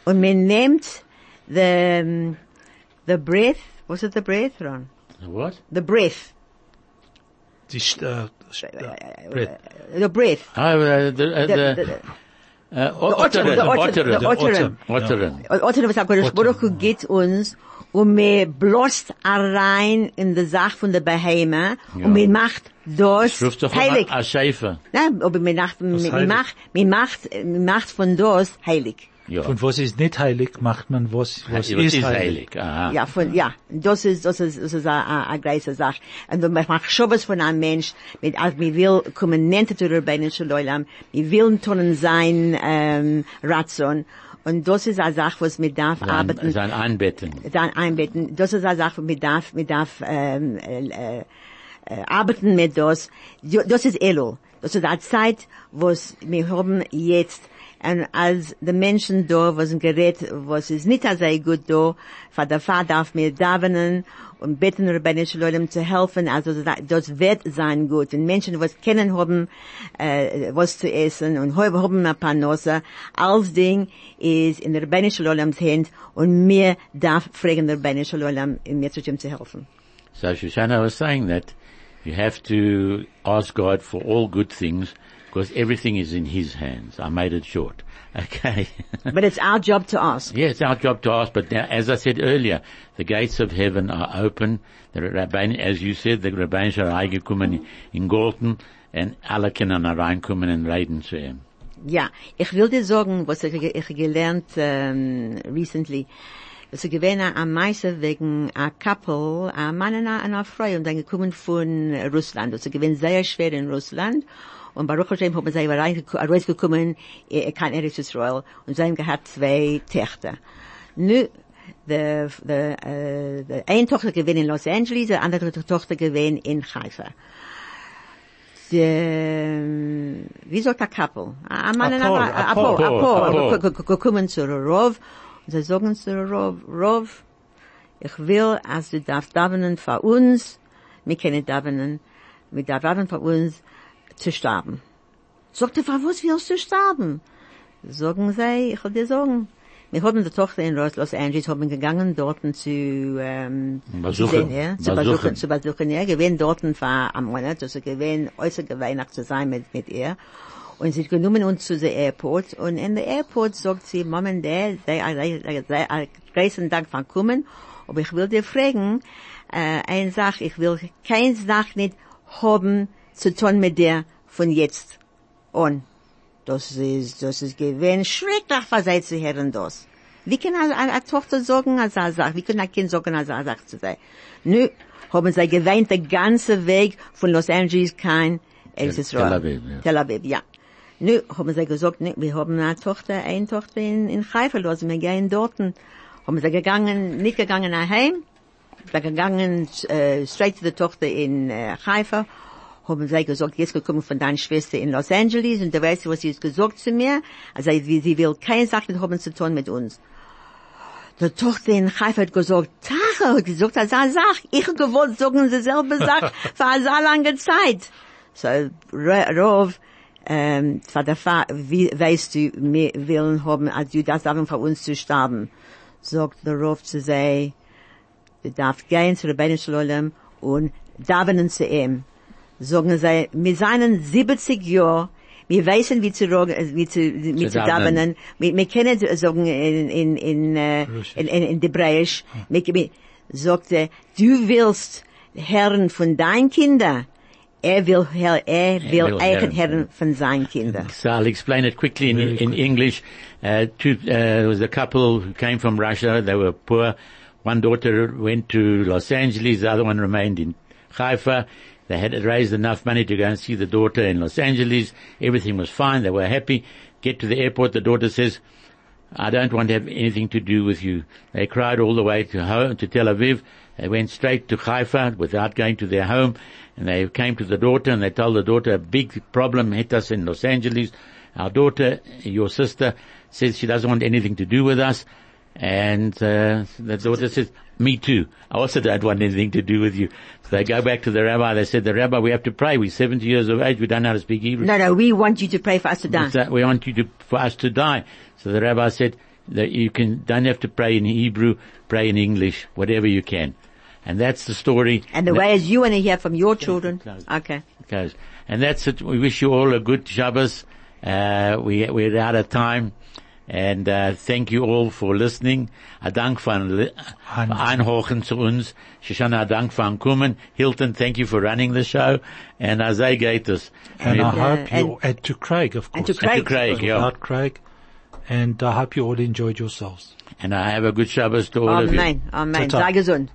[SPEAKER 5] Und man nimmt the, um, the breath, was it the breath, Ron?
[SPEAKER 2] What?
[SPEAKER 5] The breath.
[SPEAKER 1] Die, St- äh, St- äh, Brett.
[SPEAKER 5] The breath.
[SPEAKER 2] Ah, äh, der, äh,
[SPEAKER 5] The-
[SPEAKER 2] der,
[SPEAKER 5] the- the-
[SPEAKER 2] äh, Otterer,
[SPEAKER 5] the Otterer,
[SPEAKER 2] Otterer,
[SPEAKER 5] the Otterer.
[SPEAKER 2] Otterer.
[SPEAKER 5] Otter was aber Baruch Hu geht uns um und mir bloßt rein in die Sache von der Beheime
[SPEAKER 2] Ja.
[SPEAKER 5] und mir macht das
[SPEAKER 2] Schrift doch
[SPEAKER 5] heilig.
[SPEAKER 2] mal a Schäfer.
[SPEAKER 5] Nein, aber mir macht, mir
[SPEAKER 1] heilig.
[SPEAKER 5] macht, mir macht, mir macht von das heilig.
[SPEAKER 2] Ja.
[SPEAKER 1] Und was ist nicht heilig, macht man was, was
[SPEAKER 2] Ja, was
[SPEAKER 1] ist heilig.
[SPEAKER 2] Aha.
[SPEAKER 5] Ja, von, ja, das ist, das ist, das ist eine, eine, eine große Sache. Und dann macht Schubes von einem Mensch, mit, als wir will, kommen Nente zu Rabbeinu Shalom, wir will tun sein, ähm, Ratson. Und das ist eine Sache, was wir darf
[SPEAKER 2] Sein,
[SPEAKER 5] arbeiten.
[SPEAKER 2] sein Anbetten.
[SPEAKER 5] dann einbetten. Das ist eine Sache, man darf, man darf ähm, äh, äh, arbeiten mit das. Jo- Das ist Elo. Das ist eine Zeit, was wir haben jetzt. Und als die Menschen da, was ein Gerät, was ist nicht sehr gut da, von der Fahrt darf mir davenen und beten Rabbeinu Shalom zu helfen, also da- das wird sein gut. Und Menschen, was kennen haben, äh, was zu essen und heu- haben ein paar Nosse, alles Ding ist in der Rabbeinu Shalom's Hand und mir darf fragen der Rabbeinu Shalom, mir zu ihm zu helfen.
[SPEAKER 2] So Shoshana was saying that you have to ask God for all good things because everything is in His hands. I made it short. Okay.
[SPEAKER 5] But it's our job to ask.
[SPEAKER 2] yeah, it's our job to ask, but now, as I said earlier, the gates of heaven are open. The Rabbein, as you said, the Rabbein shall reingekommen in Golden and alle können reinkommen and reden zu ihm.
[SPEAKER 5] Ja, ich will dir sagen, was ich, ich gelernt ähm, recently. Es gewesen am meisten wegen a couple, a Mann und a- und a Frau, und dann gekommen von Russland. Es gewesen sehr schwer in Russland. Und Baruch Hashem haben sie rausgekommen, er kann Eretz Israel, und sie haben gehabt zwei Töchter. Nu, the, the, uh, the eine Tochter gewesen in Los Angeles, die andere Tochter gewesen in Haifa. ähm, wie sagt der Kappel? Ein Mann und
[SPEAKER 1] Apor,
[SPEAKER 5] ein- ein
[SPEAKER 1] Apor,
[SPEAKER 5] Apor,
[SPEAKER 2] Apor.
[SPEAKER 5] Apor. Ge- ge- gekommen zu Rov, und sie sagen zu Rov, Rov, ich will, als du darfst davenen für uns, wir können davenen, wir darf davenen für uns, zu sterben. Sagt er, für was willst du sterben? Sagen sie, ich will dir sagen, wir haben die Tochter in Los Los Angeles, haben gegangen dort zu, ähm,
[SPEAKER 2] Besuchen.
[SPEAKER 5] sehen, ja, zu besuchen,
[SPEAKER 2] Besuchen.
[SPEAKER 5] zu besuchen, ja, gewinn dort war am Monat, also gewinn äußere Weihnacht zusammen mit, mit ihr. Und sie hat genommen uns zu der Airport und in der Airport sagt sie, Mom und Dad, sei, sei, sei, sei, sei großen Dank von kommen, aber ich will dir fragen, äh, eine Sache, ich will keine Sache nicht haben zu tun mit dir von jetzt an. Das ist, das ist gewinn schrecklich, was sie zu hören das. Wie kann eine, eine, eine Tochter sagen, als eine Sache? Wie kann ein Kind sagen, als eine Sache zu sein? Nö, haben sie geweint den ganzen Weg von Los Angeles, kein Eretz Israel.
[SPEAKER 2] Tel Aviv, ja.
[SPEAKER 5] Tel Aviv, ja. Nö, haben sie gesagt, nö, wir haben eine Tochter, eine Tochter in, in Haifa, lassen wir gehen dorten. Haben sie gegangen, nicht gegangen nach Heim, da gegangen, äh, straight zu der Tochter in äh, Haifa, haben sie gesagt, jetzt gekommen von deiner Schwester in Los Angeles und der weiß, was sie jetzt gesagt zu mir, also sie, sie will keine Sache mit haben zu tun mit uns. Die Tochter in Haifa hat gesagt, Tache, hat gesagt, das ist eine Sache, ich hab gewollt sagen dieselbe Sache für eine sehr lange Zeit. So, Ro- Rov, ähm, von der Fa, wie, weißt du, wir wollen haben, als du das sagen, für uns zu sterben. Sagt der Rov zu sei, Du darfst gehen zu Rebbeinu Shalom und davenen zu ihm. Sagen sie, wir seien 70 Jahre, wir wissen, wie zu, rog- äh, wie zu, wie zu davenen.
[SPEAKER 2] davenen.
[SPEAKER 5] Wir, wir können so- sagen in, in, in, äh, in, in, in Hebräisch. Wir, wir, sagt er, du willst Herren von deinen Kindern. Er will, Herr, er will,
[SPEAKER 2] will Herren.
[SPEAKER 5] eigen Herren von seinen Kindern.
[SPEAKER 2] So I'll explain it quickly in, in English. Uh, two, uh, there was a couple who came from Russia. They were poor. One daughter went to Los Angeles. The other one remained in Haifa. They had raised enough money to go and see the daughter in Los Angeles. Everything was fine. They were happy. Get to the airport. The daughter says, I don't want to have anything to do with you. They cried all the way to home, to Tel Aviv. They went straight to Haifa without going to their home. And they came to the daughter and they told the daughter a big problem hit us in Los Angeles. Our daughter, your sister, says she doesn't want anything to do with us. And uh, the daughter says, "Me too. I also don't want anything to do with you." So they go back to the rabbi. They said, "The rabbi, we have to pray. We're 70 years of age. We don't know how to speak Hebrew."
[SPEAKER 5] No, no, we want you to pray for us to die.
[SPEAKER 2] It's that we want you to, for us to die. So the rabbi said that you can, don't have to pray in Hebrew, pray in English, whatever you can. And that's the story.
[SPEAKER 5] And the way is you want to hear from your children.
[SPEAKER 2] close.
[SPEAKER 5] Okay.
[SPEAKER 2] that goes. And that's it. We wish you all a good Shabbos. Uh, we, we're out of time. And, uh, thank you all for listening. A dank van li- einhochen zu uns. Shoshana, a dank van kommen. Hilton, thank you for running the show. And Azay Gaitis.
[SPEAKER 1] And I
[SPEAKER 5] Yeah,
[SPEAKER 1] hope you,
[SPEAKER 5] and-
[SPEAKER 1] and, to Craig, of course.
[SPEAKER 5] to Craig.
[SPEAKER 2] to Craig, yeah.
[SPEAKER 1] Without Craig. And I hope you all enjoyed yourselves.
[SPEAKER 2] And I have a good Shabbos to all of you.
[SPEAKER 5] Amen. Amen.
[SPEAKER 1] Ta-ta.
[SPEAKER 5] Sei gesund.